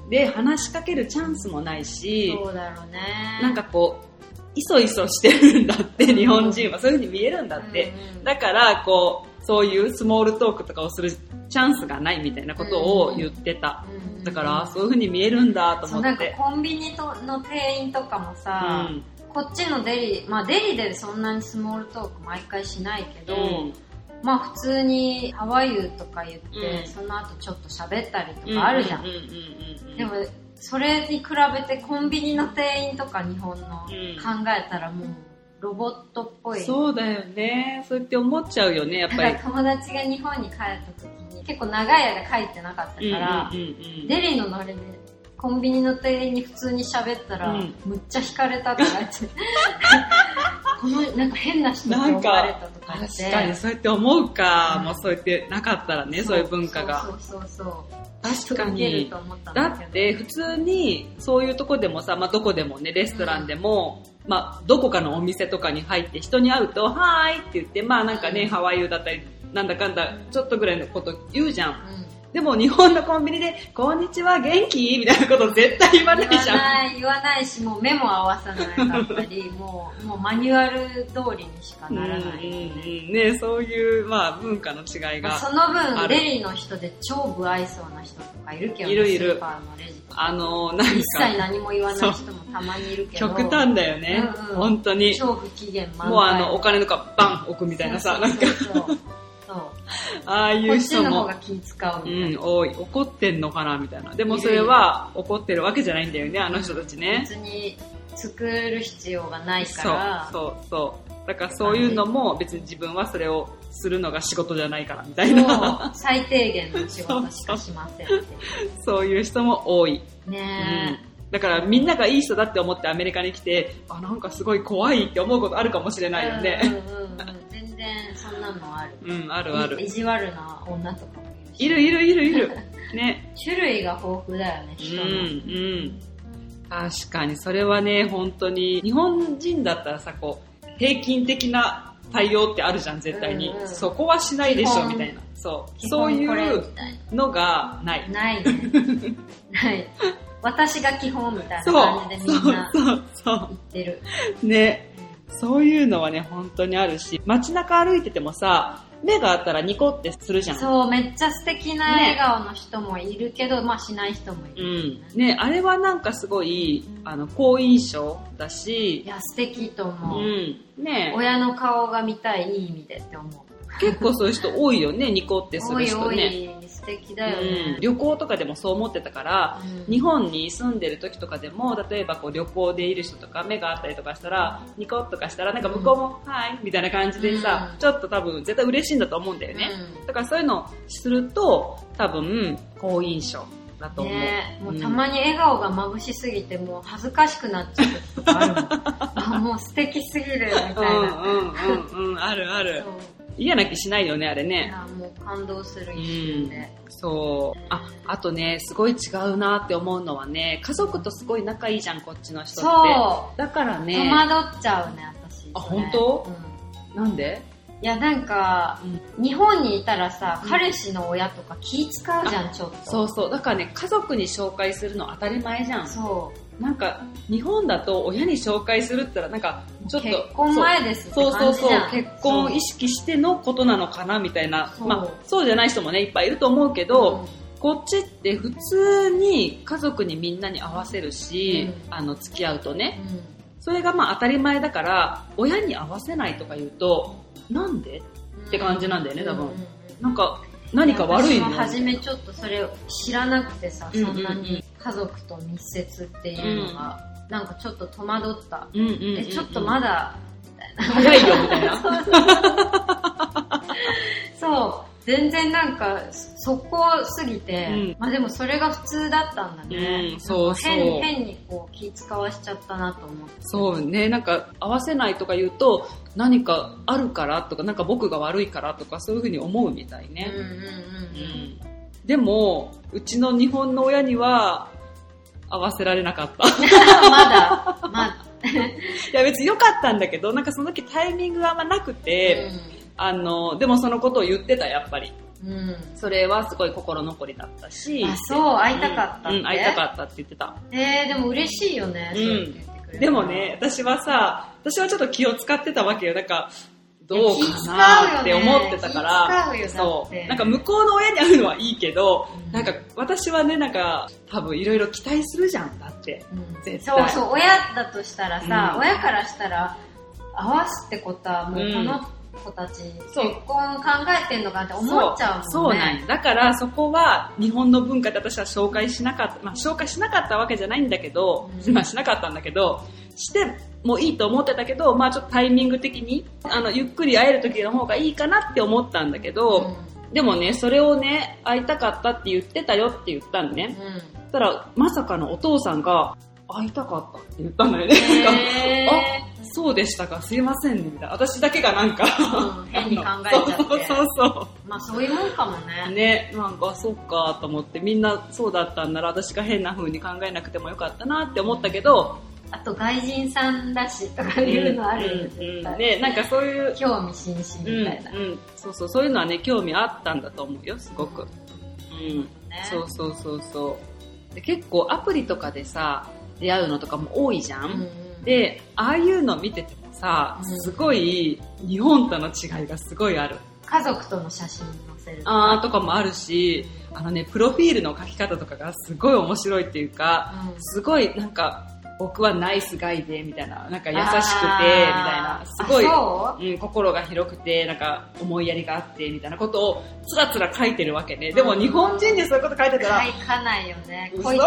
Speaker 2: ん
Speaker 1: で話しかけるチャンスもないし
Speaker 2: そうだろうね。
Speaker 1: なんかこういそいそしてるんだって日本人はそういう風に見えるんだって、
Speaker 2: うんうん
Speaker 1: だから、こう、そういうスモールトークとかをするチャンスがないみたいなことを言ってた。
Speaker 2: うんうん
Speaker 1: だから、そういう風に見えるんだと
Speaker 2: そう
Speaker 1: 思
Speaker 2: な
Speaker 1: っ
Speaker 2: んか
Speaker 1: て。
Speaker 2: コンビニとの店員とかも
Speaker 1: う
Speaker 2: さ、
Speaker 1: ん。
Speaker 2: こっちのデリ、まあデリでそんなにスモールトーク毎回しないけど、まあ普通にハワイユとか言って、
Speaker 1: うん
Speaker 2: その後ちょっと喋ったりと
Speaker 1: うん
Speaker 2: かあるじゃん。
Speaker 1: うううんうん
Speaker 2: でも、それに比べてコンビニの店員とか日本の考
Speaker 1: うん
Speaker 2: えたらもうロボットっぽい。
Speaker 1: そうだよね。そうやって思っちゃうよね、やっ
Speaker 2: だ
Speaker 1: ぱ
Speaker 2: か
Speaker 1: り
Speaker 2: ら。友達が日本に帰った時に結構長い間帰ってなかったから、
Speaker 1: うんうんうん
Speaker 2: デリーのノリでコンビニの店員に普通に喋ったら、
Speaker 1: うん
Speaker 2: むっちゃ惹かれたとか 言って、このなんか変な人に思われたとか言って。
Speaker 1: 確かに、そうやって思うか、
Speaker 2: うん
Speaker 1: もうそうやってなかったらね、そういう文化が。。
Speaker 2: そうそうそうそう。
Speaker 1: 確か
Speaker 2: 受ける
Speaker 1: に
Speaker 2: と。思ったん
Speaker 1: だ
Speaker 2: だけ
Speaker 1: っ
Speaker 2: ど。
Speaker 1: て普通にそういうとこでもさ、まあ、どこでもねレストランでも、まあ、どこかのお店とかに入って人に会うと「はーい」って言ってまあなんかね、
Speaker 2: うん
Speaker 1: ハワイユだったりなんだかんだちょっとぐらいのこと言うじゃん
Speaker 2: うん
Speaker 1: でも日本のコンビニで「こんにちは元気?」みたいなこと絶対言わない
Speaker 2: 言わ
Speaker 1: じゃん
Speaker 2: ない、言わないし、もう目も合わさないだった り、もう、もうマニュアル通りにしか
Speaker 1: うんう
Speaker 2: なん
Speaker 1: う
Speaker 2: ら
Speaker 1: ん
Speaker 2: ないよね。
Speaker 1: ね、そういう、まあ、文化の違い
Speaker 2: まあ
Speaker 1: が
Speaker 2: その
Speaker 1: あ
Speaker 2: 分、
Speaker 1: る
Speaker 2: デリーの人で超不愛想な人とかいるけどね、
Speaker 1: いるいる
Speaker 2: スーパーのレジとか。
Speaker 1: あのなん
Speaker 2: 一切
Speaker 1: か
Speaker 2: 何も言わない人もたまにいるけど。
Speaker 1: 極端だよね、
Speaker 2: うんうん
Speaker 1: 本当に
Speaker 2: 超不機嫌満開。
Speaker 1: もうあのお金とかバン置くみたいなさなんか
Speaker 2: そうそうそうそう。こ
Speaker 1: ああ いう
Speaker 2: っち
Speaker 1: 人
Speaker 2: の
Speaker 1: も
Speaker 2: 方が気使う
Speaker 1: う
Speaker 2: みたい
Speaker 1: ん、
Speaker 2: な。
Speaker 1: 多い。怒ってんのかなみたいな。でもそれは怒ってるわけじゃないんだよね、あの人たちね。
Speaker 2: 別に作る必要がないか
Speaker 1: そう
Speaker 2: ら、、
Speaker 1: そう、そう。だからそういうのも別に自分はそれをするのが仕事じゃないからみたいな。
Speaker 2: もう最低限の仕事しかしませんっていう
Speaker 1: そういう人も多い。
Speaker 2: ね
Speaker 1: うんだからみんながいい人だって思ってアメリカに来て、あ、なんかすごい怖いって思うことあるかもしれ
Speaker 2: え。
Speaker 1: ないよね。
Speaker 2: うんうんうん全然そんなのある。
Speaker 1: うん、あるある
Speaker 2: 意。地悪な女とかもいるし。
Speaker 1: いるいるいるい る。ね。
Speaker 2: 種類が豊富だよね、
Speaker 1: う
Speaker 2: 人
Speaker 1: ん、
Speaker 2: の。
Speaker 1: うん。確かに、それはね、本当に、日本人だったらさ、こう、平均的な対応ってあるじゃん、絶対に。
Speaker 2: うんうんそ
Speaker 1: そこはしないで
Speaker 2: で
Speaker 1: し
Speaker 2: し
Speaker 1: ょ、
Speaker 2: ょ
Speaker 1: み
Speaker 2: み
Speaker 1: た
Speaker 2: た
Speaker 1: い
Speaker 2: い
Speaker 1: な
Speaker 2: な。
Speaker 1: そう。
Speaker 2: 基
Speaker 1: そ
Speaker 2: 本
Speaker 1: うい
Speaker 2: これみ
Speaker 1: う
Speaker 2: たい
Speaker 1: のがない。
Speaker 2: な。ないね。ない。私が基本みたい
Speaker 1: そ
Speaker 2: な
Speaker 1: う
Speaker 2: 感じで、みん
Speaker 1: そう
Speaker 2: な、
Speaker 1: そう、そ
Speaker 2: 言ってる。
Speaker 1: う。ね。そういうのはね、本当にあるし、街中歩いててもさ、目があったらニコってするじゃん。
Speaker 2: そう、めっちゃ素敵な笑顔の人もいるけど、まあしない人もいうる。
Speaker 1: ん。ね、あれはなんかすごい、あの、好印象だ
Speaker 2: い
Speaker 1: し、
Speaker 2: や、素敵と
Speaker 1: う
Speaker 2: 思う。
Speaker 1: ん。ね
Speaker 2: 親の顔が見たい、いい意味でって思う。
Speaker 1: 結構そういう人多いよ ね、ニコってす
Speaker 2: お
Speaker 1: る
Speaker 2: い
Speaker 1: 人
Speaker 2: お
Speaker 1: ね。
Speaker 2: い、素敵だよね
Speaker 1: うん。旅行とかでもそう思ってたから、
Speaker 2: うん
Speaker 1: 日本に住んでる時とかでも例えばこう旅行でいる人とか目があったりとかしたらニコッとかしたらなんか向こうも「はい」みたいな感じでさ、
Speaker 2: うん
Speaker 1: ちょっと多分絶対嬉しいんだと思うんだよね、だからそういうのをすると多分好印象だと
Speaker 2: うん
Speaker 1: 思う、
Speaker 2: ねもううんたまに笑顔が眩しすぎて、もう恥ずかしくなっちゃう時とかあるもん あ、もう素敵すぎる、みたいう
Speaker 1: ん
Speaker 2: な。
Speaker 1: うん うんうんあるある
Speaker 2: そう
Speaker 1: 嫌な気しないよねあれ
Speaker 2: い
Speaker 1: ね
Speaker 2: やもう感動する一瞬で。
Speaker 1: そうああとねすごい違うなって思うのはね家族とすごい仲いいじゃんこっちの人って
Speaker 2: そう
Speaker 1: だからね
Speaker 2: 戸惑っちゃうね、私。
Speaker 1: あ
Speaker 2: それ
Speaker 1: 本当
Speaker 2: うん
Speaker 1: なんで
Speaker 2: いや、なんか、日本にいたらさ、彼氏の親とか気使うじゃん、ちょっと。
Speaker 1: そうそう。だからね、家族に紹介するの当たり前じゃん。
Speaker 2: そう。
Speaker 1: なんか、日本だと親に紹介するって言ったら、なんか、ちょっと。
Speaker 2: 結婚前ですって
Speaker 1: そ
Speaker 2: 感
Speaker 1: う
Speaker 2: じ
Speaker 1: そうそう
Speaker 2: じゃん。
Speaker 1: 結婚を意識
Speaker 2: 識
Speaker 1: してのことなのかなみたいな。
Speaker 2: そう
Speaker 1: まあ、そうじゃない人もね、いっぱいいると思うけど、こっちって普通に家族にみんなに合わせるし、
Speaker 2: うん
Speaker 1: あの、付き合うと
Speaker 2: う
Speaker 1: ね。
Speaker 2: ん
Speaker 1: それがまあ当たり前だから、親に合わせないとか言うと、なんで
Speaker 2: うん
Speaker 1: って感じなんだよね多分
Speaker 2: うんうんうん
Speaker 1: なんか、何か悪い
Speaker 2: 私
Speaker 1: の
Speaker 2: も初めちょっとそれを知らなくてさ、そ
Speaker 1: うんうんうん
Speaker 2: んなに家族と密接っていうのが、なんかちょっと戸惑った。
Speaker 1: うんうんうんう
Speaker 2: え、
Speaker 1: ん
Speaker 2: ちょっとまだ、
Speaker 1: 早いよみたい な。
Speaker 2: そう、全然なんか、そこ過ぎて、
Speaker 1: うん
Speaker 2: まあでもそれが普通だったんだね。
Speaker 1: うんそうそう
Speaker 2: なんか変変にこう気使わしちゃったなと思って。
Speaker 1: そうね、なんか合わせないとか言うと、何かあるからとか、なんか僕が悪いからとか、そういうふうに思うみたいね。
Speaker 2: うんうん
Speaker 1: うんでも、うちの日本の親には、合わせられなか った。い
Speaker 2: まだ、ま だ。
Speaker 1: や別に良かったんだけど、なんかその時タイミングがあんまなくて、あの、でもそのことを言ってた、やっぱり。
Speaker 2: うん。うん。
Speaker 1: それはすごい心残りだったし。
Speaker 2: あ、そう、会いたかったって。
Speaker 1: うんうん会いたかったって言ってた。
Speaker 2: えー、でも嬉しいよね、そう言って言ってくれる
Speaker 1: でもね、、私はさ、私はちょっと気を使ってたわけよ。なんか、どうかなっ
Speaker 2: いや
Speaker 1: て
Speaker 2: 気使うよね
Speaker 1: 思ってたから、
Speaker 2: 気使うよだっ
Speaker 1: そ
Speaker 2: て
Speaker 1: う。なんか向こうの親に会うのはいいけど、
Speaker 2: うん
Speaker 1: なんか私はね、なんか、多分いろいろ期待するじゃん、だって。
Speaker 2: うん
Speaker 1: 絶
Speaker 2: そう
Speaker 1: 対
Speaker 2: そう、親だとしたらさ、
Speaker 1: うん
Speaker 2: 親からしたら、合わすってことはもう
Speaker 1: うん
Speaker 2: この子たち、結
Speaker 1: そう
Speaker 2: 婚考えてんのかって思っちゃうもんね。
Speaker 1: そうそうなんよだからそこは日本の文化で私は紹介しなかった、まあ紹介しなかったわけじゃないんだけど、
Speaker 2: うん
Speaker 1: まあしなかったんだけど、してもいいと思ってたけど、まあちょっとタイミング的に、あの、ゆっくり会える時の方がいいかなって思ったんだけど、でもね、それをね、会いたかったって言ってたよって言ったのね。
Speaker 2: うん。う
Speaker 1: そ
Speaker 2: ん
Speaker 1: したら、まさかのお父さんが、会いたかったって言ったんだよね。なんか
Speaker 2: へ
Speaker 1: あ、そうでしたか、すいませんね、みたいな。私だけがなんか、
Speaker 2: うん変に考えちゃって
Speaker 1: そうそうそう
Speaker 2: まあそういうもんかも
Speaker 1: そう。
Speaker 2: ね。
Speaker 1: ね、なんか、そうかと思って、みんなそうだったんなら、私が変な風に考えなくてもよかったなって思ったけど、
Speaker 2: あと外人さんだしとかいうのあるよね
Speaker 1: うん
Speaker 2: 絶
Speaker 1: うん
Speaker 2: 対
Speaker 1: ね、なんかそういう、
Speaker 2: 興味津々
Speaker 1: うん、う
Speaker 2: みたいな。ね
Speaker 1: ん、そうそう、そういうのはね、興味あったんだと思うよ、すごく。うん。そうそうそうそうで結構アプリとかでさ出会うのとかも多いじゃ、
Speaker 2: うんん
Speaker 1: でああいうの見ててもさ
Speaker 2: うん
Speaker 1: すごい日本との違いがすごいある
Speaker 2: 家族との写真載せる。
Speaker 1: あーとかもあるしあのねプロフィールの書き方とかがすごい面白いっていうか
Speaker 2: うん
Speaker 1: すごいなんか僕はナイスガイでみたいななんか優しくてみたいな
Speaker 2: あー
Speaker 1: すごい
Speaker 2: あそう
Speaker 1: うん、心が広くて、なんか思いやりがあって、みたいなことをつらつら書いてるわけね。でも日本人でそういうこと書いてたら、
Speaker 2: はい、かないよね。
Speaker 1: 嘘
Speaker 2: こいつ、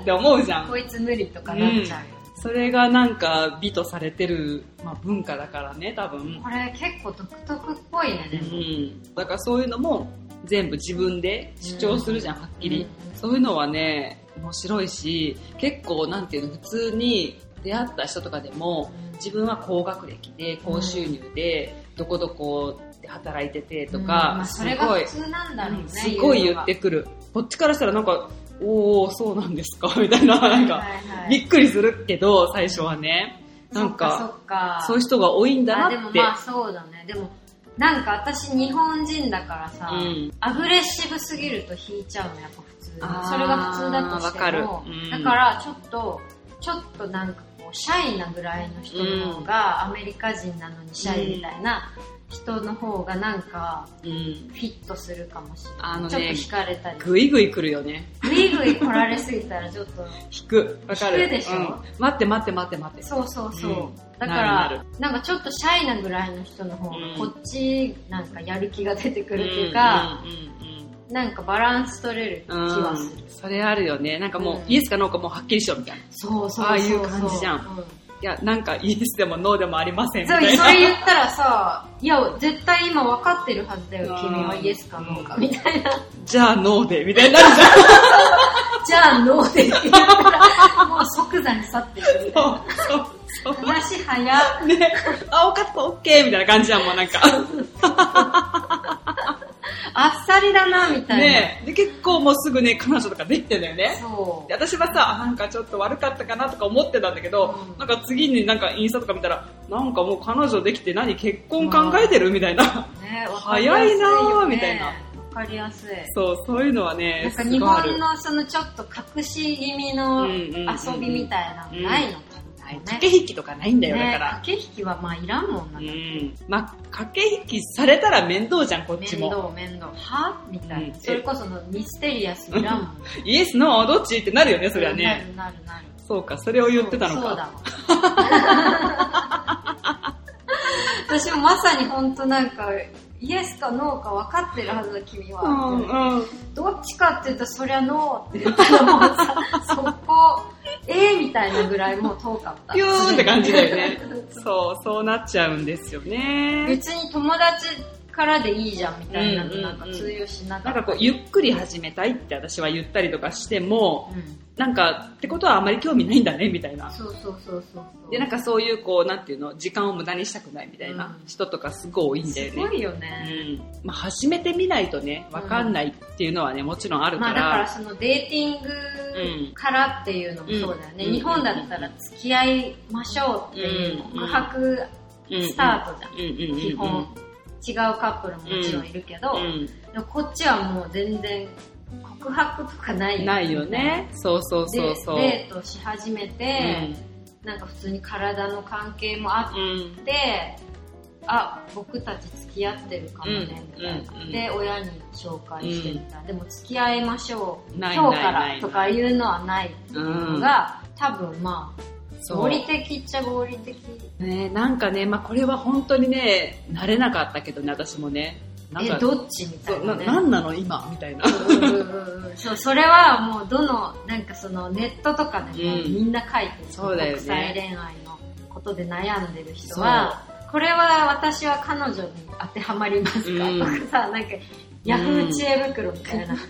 Speaker 1: って思うじゃん。
Speaker 2: こいつ無理とかなっちゃうよね。
Speaker 1: それがなんか美とされてる、まあ、文化だからね、多分。
Speaker 2: これ結構独特っぽいね、
Speaker 1: う
Speaker 2: でも。
Speaker 1: ん。だからそういうのも全部自分で主張するじゃん、はっきり。
Speaker 2: うん
Speaker 1: そういうのはね、面白いし、結構なんていうの、普通に出会った人とかでも、自分は高学歴で、高収入で、どこどこで働いててと
Speaker 2: うん
Speaker 1: か、
Speaker 2: まあ、
Speaker 1: す
Speaker 2: それが
Speaker 1: ごい
Speaker 2: 普、通なんだろうね。
Speaker 1: すごい言
Speaker 2: 言うの
Speaker 1: っ
Speaker 2: が
Speaker 1: てくる。こっちからしたらなんか、おー、そうなんですか、みたいな、なんか
Speaker 2: は。いはい
Speaker 1: びっくりするけど、最初はね。なん
Speaker 2: そっ
Speaker 1: か、
Speaker 2: そっか。
Speaker 1: そういう人が多いんだ
Speaker 2: あ
Speaker 1: なっ
Speaker 2: で
Speaker 1: て
Speaker 2: も。まあそうだね。でも、なんか私日本人だからさ、
Speaker 1: うん
Speaker 2: アグレッシブすぎると引いちゃうの、やっぱ普通に
Speaker 1: あー
Speaker 2: それが普通だとしても。
Speaker 1: わかるうん
Speaker 2: だからちょっと、ちょっとなんかこう、シャイなぐらいの人の方が、アメリカ人なのにシャイみたいな人の方がなんか、
Speaker 1: うん。
Speaker 2: フィットするかもしれない。
Speaker 1: あのね
Speaker 2: ちょっと惹かれたり。
Speaker 1: ぐいぐい来るよね。
Speaker 2: ぐいぐい来られすぎたらちょっと、
Speaker 1: 引く。わかる。
Speaker 2: 引くでしょ
Speaker 1: うん待って待って待って待って。
Speaker 2: そうそうそう。
Speaker 1: うん
Speaker 2: だか
Speaker 1: な
Speaker 2: ら
Speaker 1: るな
Speaker 2: なんかちょっとシャイなぐらいの人の方が
Speaker 1: うん、
Speaker 2: こっちなんかやる気が出てくるっていうか、
Speaker 1: うん、
Speaker 2: なんかバランス取れる気
Speaker 1: うん、うん。
Speaker 2: は
Speaker 1: う
Speaker 2: す
Speaker 1: ん
Speaker 2: る。。
Speaker 1: それあるよね。なんかもう、
Speaker 2: うん
Speaker 1: イエスかノーかもうはっきりしようみたいな。い
Speaker 2: そうそうそうそう。
Speaker 1: ああいう感じじゃん
Speaker 2: う
Speaker 1: や、なんかイエスでもノーでもありませんみ
Speaker 2: そ
Speaker 1: た
Speaker 2: う
Speaker 1: い
Speaker 2: そ
Speaker 1: な。
Speaker 2: れ言ったらさ、いや、絶対今分かってるはずだよ
Speaker 1: うん、
Speaker 2: 君はイエスかノーか、みたいな。
Speaker 1: じゃあノーで、みたいになるじゃん。
Speaker 2: じゃあノーでって言ったら、もう即座に去っていくみたいな。
Speaker 1: そう、そ
Speaker 2: 話早っ。
Speaker 1: う。 ね。あ、分かった、オッケーみたいな感じじゃん、もうなんか。
Speaker 2: あっさりだな、みたいな。
Speaker 1: ねえで、結構もうすぐね、彼女とかできてんだよね。
Speaker 2: そ
Speaker 1: で
Speaker 2: う。
Speaker 1: 私はさ、あなんかちょっと悪かったかなとか思ってたんだけど、
Speaker 2: うん
Speaker 1: なんか次になんかインスタとか見たら、なんかもう彼女できて何結婚考えてるみたいな。
Speaker 2: ね、
Speaker 1: 早いなーみたいな。
Speaker 2: かりやすい。
Speaker 1: そう、そういうのは
Speaker 2: な
Speaker 1: ね、
Speaker 2: んか
Speaker 1: す
Speaker 2: 日
Speaker 1: ごいあ
Speaker 2: 本
Speaker 1: る。
Speaker 2: のそのちょっと隠し気味の遊びみたいなのないのかも
Speaker 1: はい
Speaker 2: ね。
Speaker 1: 駆け引きとかないんだよ、だ
Speaker 2: ね
Speaker 1: か、ら。
Speaker 2: 駆け引きはまあいらんもんな
Speaker 1: う。ん。まあ、駆け引きされたら面倒じゃん、こっち
Speaker 2: 面
Speaker 1: も。
Speaker 2: 倒面倒。はみたい
Speaker 1: うん
Speaker 2: な。それこそのミステリアスいらんもん。
Speaker 1: イエス、ノー、どっちってなるよね、それはね。
Speaker 2: なるなるなる。
Speaker 1: そうか、それを言ってたの
Speaker 2: そうそう
Speaker 1: か。
Speaker 2: だわ。 私もまさに本当なんか、イエスかノーか分かってるはずだ、君は。
Speaker 1: うんうん。
Speaker 2: どっちかって言ったら、そりゃノーって言ったらもうさ、そこ、ええみたいなぐらいもう遠かった。
Speaker 1: ピューンって感じだよね。そう、そうなっちゃうんですよね。
Speaker 2: 別に友達からでいいじゃんみたいなの
Speaker 1: うんうん
Speaker 2: なんか通用しなか
Speaker 1: なん
Speaker 2: っ
Speaker 1: か
Speaker 2: た。
Speaker 1: こう、ゆっくり始めたいって私は言ったりとかしても、
Speaker 2: うん
Speaker 1: なんか、ってことはあまり興味ないんだね、みたいな。
Speaker 2: そうそうそうそうそう。
Speaker 1: で、なんかそういう、こう、なんていうの、時間を無駄にしたくないみたいな
Speaker 2: うん
Speaker 1: 人とかすごい多いんだよ
Speaker 2: す
Speaker 1: ね
Speaker 2: ご。いよ
Speaker 1: う
Speaker 2: ね。
Speaker 1: ん。まあ、始めてみないとね、わかんないっていうのはね、もちろんあるか
Speaker 2: まあだから
Speaker 1: ら。
Speaker 2: そのデーティン
Speaker 1: うん
Speaker 2: グからっていうのもそうだよね。
Speaker 1: うん
Speaker 2: 日本だったら付き合いましょうっていう告白
Speaker 1: うん
Speaker 2: スタートじゃん。
Speaker 1: うんうんうんうん。
Speaker 2: 基本。違うカップルももちろんいるけど、
Speaker 1: う
Speaker 2: でもこっちはもう全然告白とかないよ
Speaker 1: ん。ないよ。ね。そうそう
Speaker 2: で
Speaker 1: そうそう。
Speaker 2: デートし始めて、なんか普通に体の関係もあっ
Speaker 1: うん。うん。
Speaker 2: で、あ、僕たち付き合ってるかもね、
Speaker 1: うん
Speaker 2: みたいな、
Speaker 1: うん
Speaker 2: で、親に紹介してみたいな、でも付き合いましょう、
Speaker 1: ない
Speaker 2: 今日か
Speaker 1: ないない
Speaker 2: らとかいうのはないっていうのが、多分まあ、
Speaker 1: そ
Speaker 2: 合
Speaker 1: う。
Speaker 2: 理的っちゃ合理的。
Speaker 1: ねなんかね、まあ、これは本当にね、慣れなかったけどね、私もね。なん
Speaker 2: え、
Speaker 1: か、
Speaker 2: どっちみた
Speaker 1: そう
Speaker 2: い
Speaker 1: な
Speaker 2: な、
Speaker 1: な
Speaker 2: ね。
Speaker 1: んなの今みたいな。
Speaker 2: うんうんうんそう、それはもうどの、なんかそのネットとかでも
Speaker 1: うん
Speaker 2: みんな書いてる、
Speaker 1: そうだよね
Speaker 2: 国際恋愛のことで悩んでる人は、これは私は彼女に当てはまりますか、
Speaker 1: うん
Speaker 2: とかさ、なんか、ヤフー知恵袋みたいな、なんか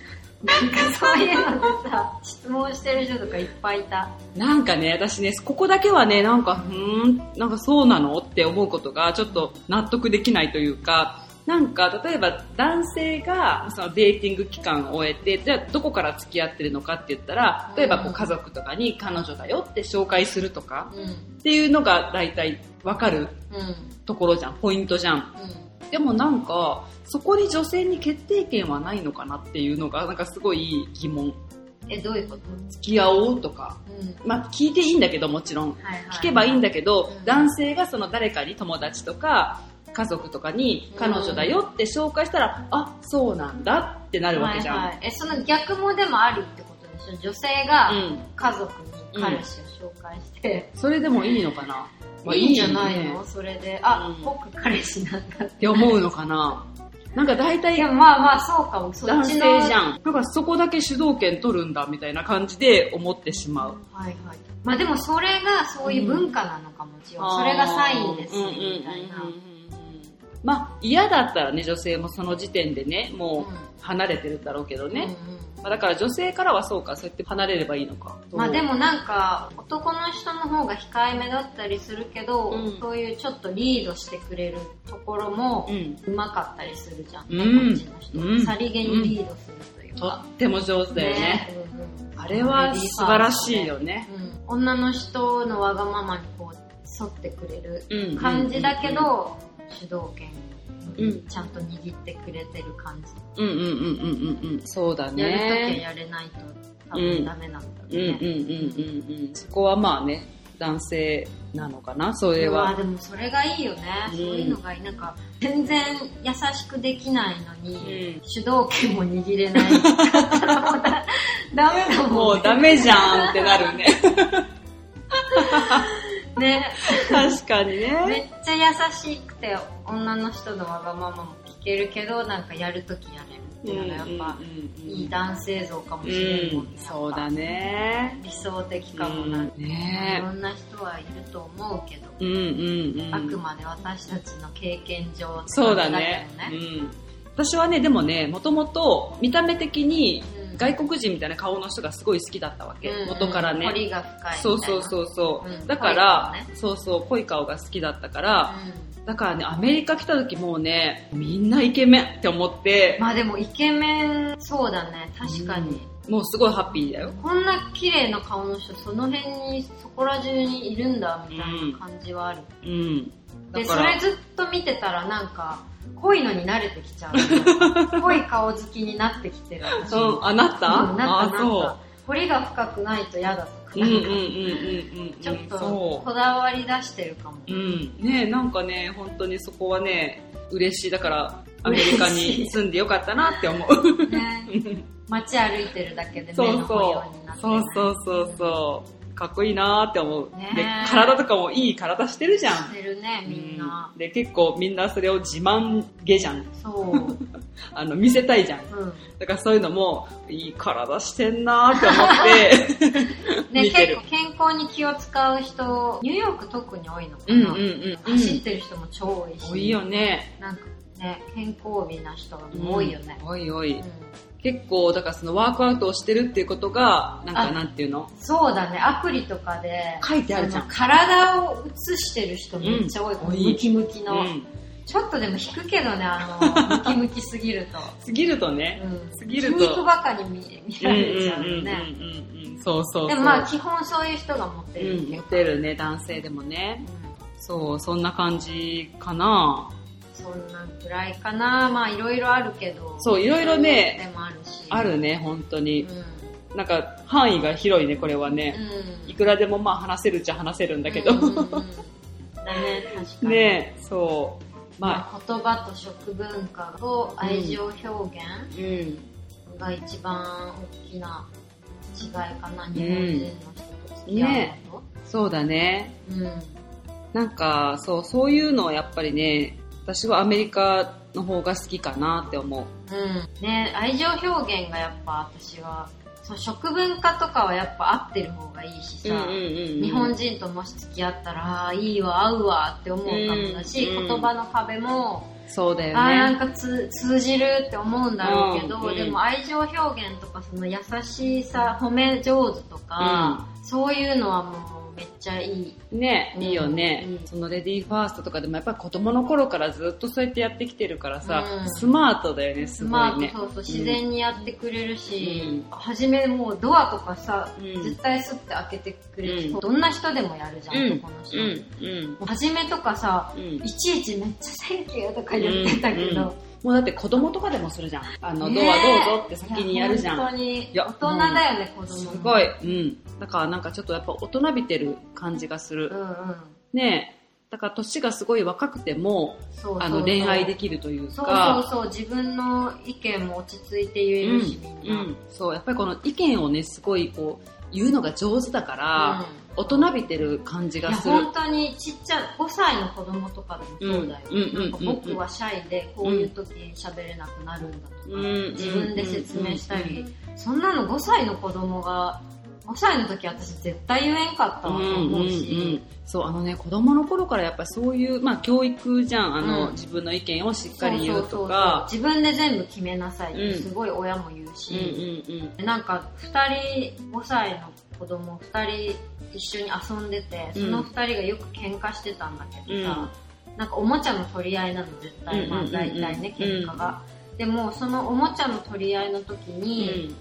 Speaker 2: そういうのでさ、質問してる人とかいっぱいいた。
Speaker 1: なんかね、私ね、ここだけはね、なんか、うーん、なんかそうなのって思うことが、ちょっと納得できないというか、なんか、例えば男性が、そのデーティング期間を終えて、じゃあどこから付き合ってるのかって言ったら、例えばこ
Speaker 2: う
Speaker 1: うん家族とかに彼女だよって紹介するとか、
Speaker 2: うん。うん。
Speaker 1: っていうのが大体わかるところじゃん、ポイントじゃん。でもなんか、そこに女性に決定権はないのかなっていうのが、なんかすごい疑問。
Speaker 2: え、どういうこと
Speaker 1: 付き合おうとか。
Speaker 2: うん。
Speaker 1: まあ聞いていいんだけどもちろん。
Speaker 2: はいはい。
Speaker 1: 聞けばいいんだけど
Speaker 2: う、ん
Speaker 1: 男性がその誰かに友達とか家族とかに彼女だよって紹介したら、あ、そうなんだってなるわけじゃん。
Speaker 2: はいはい。え、その逆もでもありってことでしょ女性が、
Speaker 1: うん。
Speaker 2: 家族に彼氏を紹介して、
Speaker 1: それでもいいのかな、まあ
Speaker 2: いいんじゃない
Speaker 1: よ
Speaker 2: の
Speaker 1: ね
Speaker 2: それで、あ、
Speaker 1: うん
Speaker 2: 僕彼氏なんだっ
Speaker 1: って思うのかななんか大
Speaker 2: て。い
Speaker 1: 体
Speaker 2: や、まあまあ、そうかも、そ
Speaker 1: 男
Speaker 2: っち
Speaker 1: 性
Speaker 2: の。
Speaker 1: じゃん。なんかそこだけ主導権取るんだみたいな感じで思ってしまう。
Speaker 2: はいはい。まあでも、それがそういう文化なのかもしれない。それがサインです、みたいな。
Speaker 1: うん
Speaker 2: う
Speaker 1: うんうんう
Speaker 2: ん
Speaker 1: んうんまあ嫌だったらね女性もその時点でねもう離れてるだろうけどね、
Speaker 2: うん
Speaker 1: まあ、だから女性からはそうかそうやって離れればいいのか
Speaker 2: まあで
Speaker 1: も
Speaker 2: もなんか、男の人の方が控えめだったりするけど、
Speaker 1: うん
Speaker 2: そういうちょっとリードしてくれるところも
Speaker 1: う、ん
Speaker 2: うまかったりするじゃん。
Speaker 1: うん
Speaker 2: こっちの人、
Speaker 1: うん
Speaker 2: さりげにリードするという
Speaker 1: と
Speaker 2: か。
Speaker 1: っても上手だよね
Speaker 2: うんうん
Speaker 1: あれは素晴らしいよね
Speaker 2: うん女の人のわがままにこう沿ってくれる
Speaker 1: うん
Speaker 2: 感じだけど、主導権
Speaker 1: うん
Speaker 2: ちゃんと握ってくれてる感じ、
Speaker 1: うんうんうんうんうんうんそうだ
Speaker 2: やるときは
Speaker 1: ね
Speaker 2: やれないと多
Speaker 1: うん
Speaker 2: 分ダメなんだろう
Speaker 1: うんうん
Speaker 2: ね、
Speaker 1: うんうんうんそこはまあね男性なのかなそれ
Speaker 2: うわ
Speaker 1: は
Speaker 2: でもそれがいいよね、
Speaker 1: うん
Speaker 2: そういうのがいいなんか全然優しくできないのに、
Speaker 1: う
Speaker 2: 主導権も握 れないダメだ
Speaker 1: も
Speaker 2: もん
Speaker 1: うダメじゃんってなるね
Speaker 2: ね
Speaker 1: 確かにね
Speaker 2: めっちゃ優しくて女の人のわがままも聞けるけどなんかやるときやれるっていうのがやっぱ、いい男性像かも
Speaker 1: う
Speaker 2: しれんもん、
Speaker 1: ん、そうだね。
Speaker 2: 理想的かもな、い
Speaker 1: ね
Speaker 2: ろんな人はいると思うけど、
Speaker 1: え。うんうんうん。
Speaker 2: あくまで私たちの経験上って
Speaker 1: そうだ
Speaker 2: 感じ
Speaker 1: ね
Speaker 2: けどね
Speaker 1: うん。私はね、でもね、もともと見た目的に
Speaker 2: うん
Speaker 1: 外国人みたいな顔の人がすごい好きだったわけ。
Speaker 2: うん
Speaker 1: 元から
Speaker 2: 彫
Speaker 1: ね。
Speaker 2: りが深いみたいな
Speaker 1: そうそうそうそう、
Speaker 2: うん
Speaker 1: だから
Speaker 2: 濃い顔、
Speaker 1: そうそう、濃い顔が好きだったから、だからね、アメリカ来た時もうね、みんなイケメンって思っ
Speaker 2: う
Speaker 1: て
Speaker 2: ん、まあでもイケメンそうだね確かに、
Speaker 1: もうすごいハッピーだよ。
Speaker 2: こんな綺麗な顔の人その辺にそこら中にいるんだみたいな感じはある、
Speaker 1: うん。だ
Speaker 2: で
Speaker 1: か
Speaker 2: そ
Speaker 1: ら
Speaker 2: れずっと見てたらなんか濃いのに慣れてきちゃう。 濃い顔好きになってきてる私。
Speaker 1: うん、あ、なった
Speaker 2: うんな
Speaker 1: あ
Speaker 2: んかなん
Speaker 1: そう
Speaker 2: か、彫りが深くないと嫌だとか、
Speaker 1: うんうんう
Speaker 2: なんんか
Speaker 1: うんうん。
Speaker 2: ちょっと
Speaker 1: そ
Speaker 2: こだわり出してるかも。
Speaker 1: う。うん。ねなんかね、本当にそこはね、嬉しい。だから、アメリカに住んでよかったなって思 う。
Speaker 2: ね、街歩いてるだけで
Speaker 1: そう
Speaker 2: 目の保
Speaker 1: そ
Speaker 2: 養にな
Speaker 1: う。
Speaker 2: って
Speaker 1: そう
Speaker 2: う。
Speaker 1: そうそうそう。かっこいいなーって思う。
Speaker 2: ね
Speaker 1: で、体とかもいい体してるじゃ
Speaker 2: し
Speaker 1: ん。
Speaker 2: てるね、みんな
Speaker 1: う。んで、結構みんなそれを自慢げじゃん。
Speaker 2: そう。うん。
Speaker 1: あの、見せたいじゃん。だからそういうのも、いい体してんなーって思って。
Speaker 2: ね、
Speaker 1: 見てる
Speaker 2: 結構健康に気を使う人、ニューヨーク特に多いのか
Speaker 1: うんうん
Speaker 2: な。
Speaker 1: うん。
Speaker 2: 走ってる人も超多いし。
Speaker 1: 多いよね。
Speaker 2: なんかね、健康美な人が多いよね
Speaker 1: う。ん多い多い。
Speaker 2: うん
Speaker 1: 結構、だからそのワークアウトをしてるっていうことが、なんか
Speaker 2: あ
Speaker 1: なんていうの
Speaker 2: そうだね、アプリとかで、
Speaker 1: 書いてあるじゃ
Speaker 2: あ
Speaker 1: ん
Speaker 2: の。体を映してる人めっちゃ多い。
Speaker 1: ん
Speaker 2: この
Speaker 1: 多い
Speaker 2: ムキムキの、
Speaker 1: うん
Speaker 2: ちょっとでも引くけどね、 あの、ムキムキすぎると。
Speaker 1: 過ぎるとね。
Speaker 2: うん
Speaker 1: 過ぎると
Speaker 2: 筋肉ばかり見見
Speaker 1: うん
Speaker 2: ら
Speaker 1: うん
Speaker 2: れちゃうよ
Speaker 1: うん
Speaker 2: ね。
Speaker 1: うんうん。そうそうそう。
Speaker 2: でもまあ、基本そういう人が持って
Speaker 1: う
Speaker 2: る
Speaker 1: ん、
Speaker 2: け
Speaker 1: モ
Speaker 2: ど
Speaker 1: テるね、男性でもね。そう、そんな感じかな。
Speaker 2: そんなくらいかな。まあ、いろいろあるけど。
Speaker 1: そういろいろね
Speaker 2: でもあるし。
Speaker 1: あるね、本当
Speaker 2: う
Speaker 1: に
Speaker 2: ん。。
Speaker 1: なんか、範囲が広いね、これはね。
Speaker 2: うん
Speaker 1: いくらでもまあ話せるっちゃ話せるんだけ
Speaker 2: うんうん
Speaker 1: ど。
Speaker 2: うんだね、確かに。
Speaker 1: ねそう。まあ、
Speaker 2: まあ、言葉と食文化と愛情表現
Speaker 1: うん。
Speaker 2: が一番大きな違いかな、日本人の人と付き合うこ
Speaker 1: そうだね。
Speaker 2: と。うん。
Speaker 1: なんか、そう、そういうのはやっぱりね、私はアメリカの方が好きかなって思う。
Speaker 2: うん。ね、愛情表現がやっぱ私は、そう、食文化とかはやっぱ合ってる方がいいしさ、日本人ともし付き合ったら、ああー、いいわ、合うわって思うかもだし、
Speaker 1: うん
Speaker 2: 言葉の壁も、
Speaker 1: そうだよね。
Speaker 2: あーなんかつ通じるって思うんだろうけど、
Speaker 1: うんうん
Speaker 2: でも愛情表現とかその優しさ褒め上手とか、そういうのはもうめっちゃいい、
Speaker 1: ね、
Speaker 2: うん
Speaker 1: いいよね、
Speaker 2: うん
Speaker 1: そのレディーファーストとかでもやっぱり子供の頃からずっとそうやってやってきてるからさ、
Speaker 2: うん
Speaker 1: スマートだよね、す
Speaker 2: ス
Speaker 1: ご
Speaker 2: マ
Speaker 1: い
Speaker 2: ー
Speaker 1: ね
Speaker 2: ト。そうそう自然にやってくれるし、
Speaker 1: うん
Speaker 2: 初めもうドアとかさ、
Speaker 1: うん
Speaker 2: 絶対スッて開けてくれる人、
Speaker 1: うん
Speaker 2: どんな人でもやるじゃん、男の人、
Speaker 1: うん、うん、
Speaker 2: 初めとかさ
Speaker 1: うん。
Speaker 2: いちいちめっちゃ「センキュー」とか言ってたけど、
Speaker 1: うんうんもうだって子供とかでもするじゃん。あの、
Speaker 2: ね
Speaker 1: ド
Speaker 2: え
Speaker 1: アどうぞって先にやるじゃ
Speaker 2: い本
Speaker 1: ん。
Speaker 2: 当に
Speaker 1: いや
Speaker 2: 大人だよね、子供
Speaker 1: す
Speaker 2: も
Speaker 1: ごい。うん。だからなんかちょっとやっぱ大人びてる感じがす
Speaker 2: う
Speaker 1: る。
Speaker 2: んうん
Speaker 1: ねえ。だから年がすごい若くても、
Speaker 2: そうそうそう
Speaker 1: あの、恋愛できるという
Speaker 2: そう
Speaker 1: か、
Speaker 2: そうそう自分の意見も落ち着いて言えるし、みん
Speaker 1: う
Speaker 2: な、
Speaker 1: ん。そう、やっぱりこの意見をね、すごいこう、言うのが上手だから、大人びてる感じ
Speaker 2: うんい
Speaker 1: が
Speaker 2: や
Speaker 1: する。
Speaker 2: 本当にちっちゃい5歳の子供とかでもそうだよ、
Speaker 1: うんうんうんうん
Speaker 2: なんか僕はシャイでこういう時喋れなくなるんだとか、
Speaker 1: うん
Speaker 2: 自分で説明したり、
Speaker 1: うん
Speaker 2: そんなの5歳の子供が5歳の時私絶対言えんかったわと思うし、
Speaker 1: そう、あのね、子供の頃からやっぱりそういう、まあ教育じゃん、あの、
Speaker 2: うん
Speaker 1: 自分の意見をしっ
Speaker 2: そ
Speaker 1: か
Speaker 2: う
Speaker 1: り言う
Speaker 2: そ
Speaker 1: と
Speaker 2: うそう
Speaker 1: か、
Speaker 2: 自分で全部決めなさいって
Speaker 1: うん
Speaker 2: すごい親も言う
Speaker 1: うんう
Speaker 2: し、
Speaker 1: んうん。
Speaker 2: なんか2人5歳の子供2人一緒に遊んでてその2人がよく喧嘩してたんだけどさ、なんかおもちゃの取り合いなの絶対、ま
Speaker 1: う
Speaker 2: あ
Speaker 1: んうんうんうん
Speaker 2: 大体ね喧嘩が、でもそのおもちゃの取り合いの時
Speaker 1: う
Speaker 2: に、
Speaker 1: ん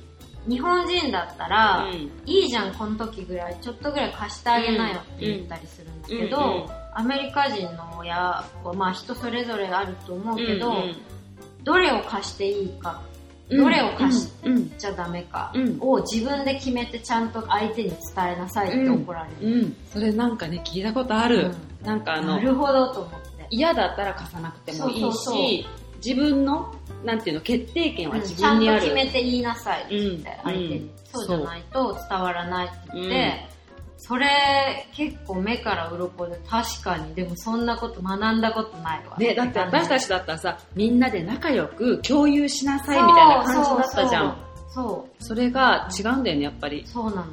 Speaker 2: 日本人だったら、いいじゃんこの時ぐらいちょっとぐらい貸してあげなよって言ったりするんだけど、
Speaker 1: うんうん
Speaker 2: アメリカ人の親はまあ人それぞれあると思うけど、
Speaker 1: うん
Speaker 2: どれを貸していいか
Speaker 1: うん
Speaker 2: どれを貸し
Speaker 1: うん
Speaker 2: ちゃダメか、
Speaker 1: うん
Speaker 2: を自分で決めてちゃんと相手に伝えなさいって怒られ
Speaker 1: う
Speaker 2: る。
Speaker 1: んうんそれなんかね、聞いたことある。なんかあ
Speaker 2: うん
Speaker 1: の
Speaker 2: な、るほどと思って。
Speaker 1: 嫌だったら貸さなくてもいいし、
Speaker 2: そうそうそう
Speaker 1: 自分の、なんていうの、決定権は
Speaker 2: うん
Speaker 1: 自
Speaker 2: ちゃ
Speaker 1: 分
Speaker 2: ん
Speaker 1: に
Speaker 2: と
Speaker 1: あ
Speaker 2: 決
Speaker 1: る。
Speaker 2: めて言いなさいって
Speaker 1: う
Speaker 2: 言って
Speaker 1: ん、
Speaker 2: 相手
Speaker 1: う
Speaker 2: に
Speaker 1: ん。
Speaker 2: そうじゃないと伝わらないって言って、それ結構目から鱗で確かに、でもそんなこと学んだことないわ。
Speaker 1: ね、だって私たちだったらさ、みんなで仲良く共有しな
Speaker 2: そ
Speaker 1: さ
Speaker 2: う
Speaker 1: いみたいな感じだったじゃん。。
Speaker 2: そうそう
Speaker 1: それが違うんだよね、やっぱり。
Speaker 2: そう、そうなの。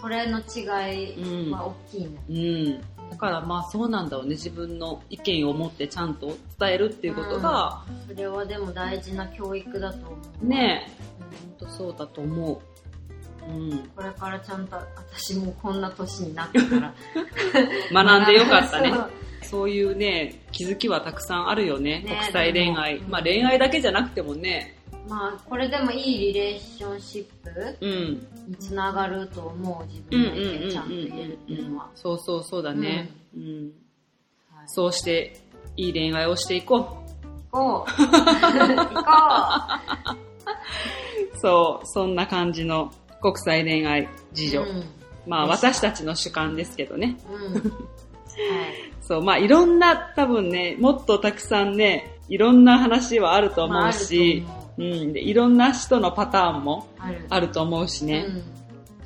Speaker 2: それの違
Speaker 1: う
Speaker 2: い
Speaker 1: ん。
Speaker 2: は大きいね。
Speaker 1: うん。だからまあそうなんだろうね、自分の意見を持ってちゃんと伝えるっていうことが、
Speaker 2: それはでも大事な教育だと思う。
Speaker 1: ねえ、
Speaker 2: うん
Speaker 1: ほんとそうだと思う。うん。
Speaker 2: これからちゃんと私もこんな年になったから。
Speaker 1: 学んでよかったね
Speaker 2: そ。う
Speaker 1: そういうね、気づきはたくさんあるよね。
Speaker 2: ね
Speaker 1: 国際恋愛。
Speaker 2: でも
Speaker 1: まあ恋愛だけじゃなくてもね、
Speaker 2: まあ、これでもいいリレーションシップ
Speaker 1: うん。
Speaker 2: につながると思う自
Speaker 1: うんう
Speaker 2: 分
Speaker 1: ん
Speaker 2: の意見ちゃんと言えるっ
Speaker 1: う
Speaker 2: て
Speaker 1: んうん
Speaker 2: いう
Speaker 1: うん
Speaker 2: のは。。
Speaker 1: そうそうそうだね。うん。
Speaker 2: はい
Speaker 1: そうして、いい恋愛をしていこう。
Speaker 2: 行こ う行こ
Speaker 1: そう、そんな感じの国際恋愛
Speaker 2: う
Speaker 1: 事情。
Speaker 2: うん
Speaker 1: まあ
Speaker 2: でした
Speaker 1: 私たちの主観ですけどね。
Speaker 2: うん。はい。
Speaker 1: そう、まあいろんな、多分ね、もっとたくさんね、いろんな話はあると
Speaker 2: ま
Speaker 1: 思
Speaker 2: あ
Speaker 1: うし、うん、でいろんな人のパターンも
Speaker 2: あると思う、あ
Speaker 1: あると思
Speaker 2: る。
Speaker 1: うしね。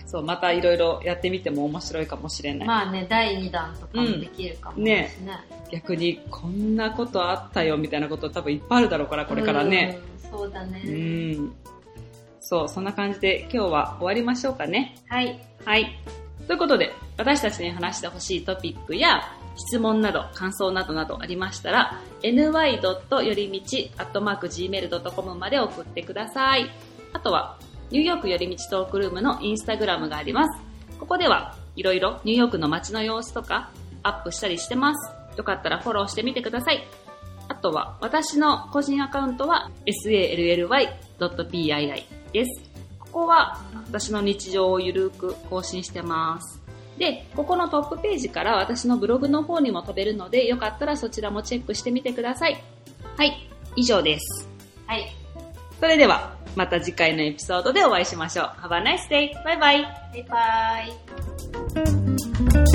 Speaker 1: そう、またいろいろやってみても面白いかもしれ
Speaker 2: う。
Speaker 1: なんい。
Speaker 2: まあね、第2弾とかもできるかもしれないしね。
Speaker 1: 逆にこんなことあったよみたいなこと多分いっぱいあるだろうから、これからね。
Speaker 2: うん。そうだね。
Speaker 1: うん。そう、そんな感じで今日は終わりましょうかね。
Speaker 2: はい。
Speaker 1: はい。ということで、私たちに話してほしいトピックや、質問など、感想などなどありましたら、ny. よりみち、アットマーク gmail.com まで送ってください。あとは、ニューヨークよりみちトークルームのインスタグラムがあります。ここでは、いろいろニューヨークの街の様子とか、アップしたりしてます。よかったらフォローしてみてください。あとは、私の個人アカウントは、sally.pii です。ここは私の日常をゆるく更新してます。で、ここのトップページから私のブログの方にも飛べるので、よかったらそちらもチェックしてみてください。はい、以上です。
Speaker 2: はい。
Speaker 1: それでは、また次回のエピソードでお会いしましょう。Have a nice day! バイバイ
Speaker 2: バイバイ。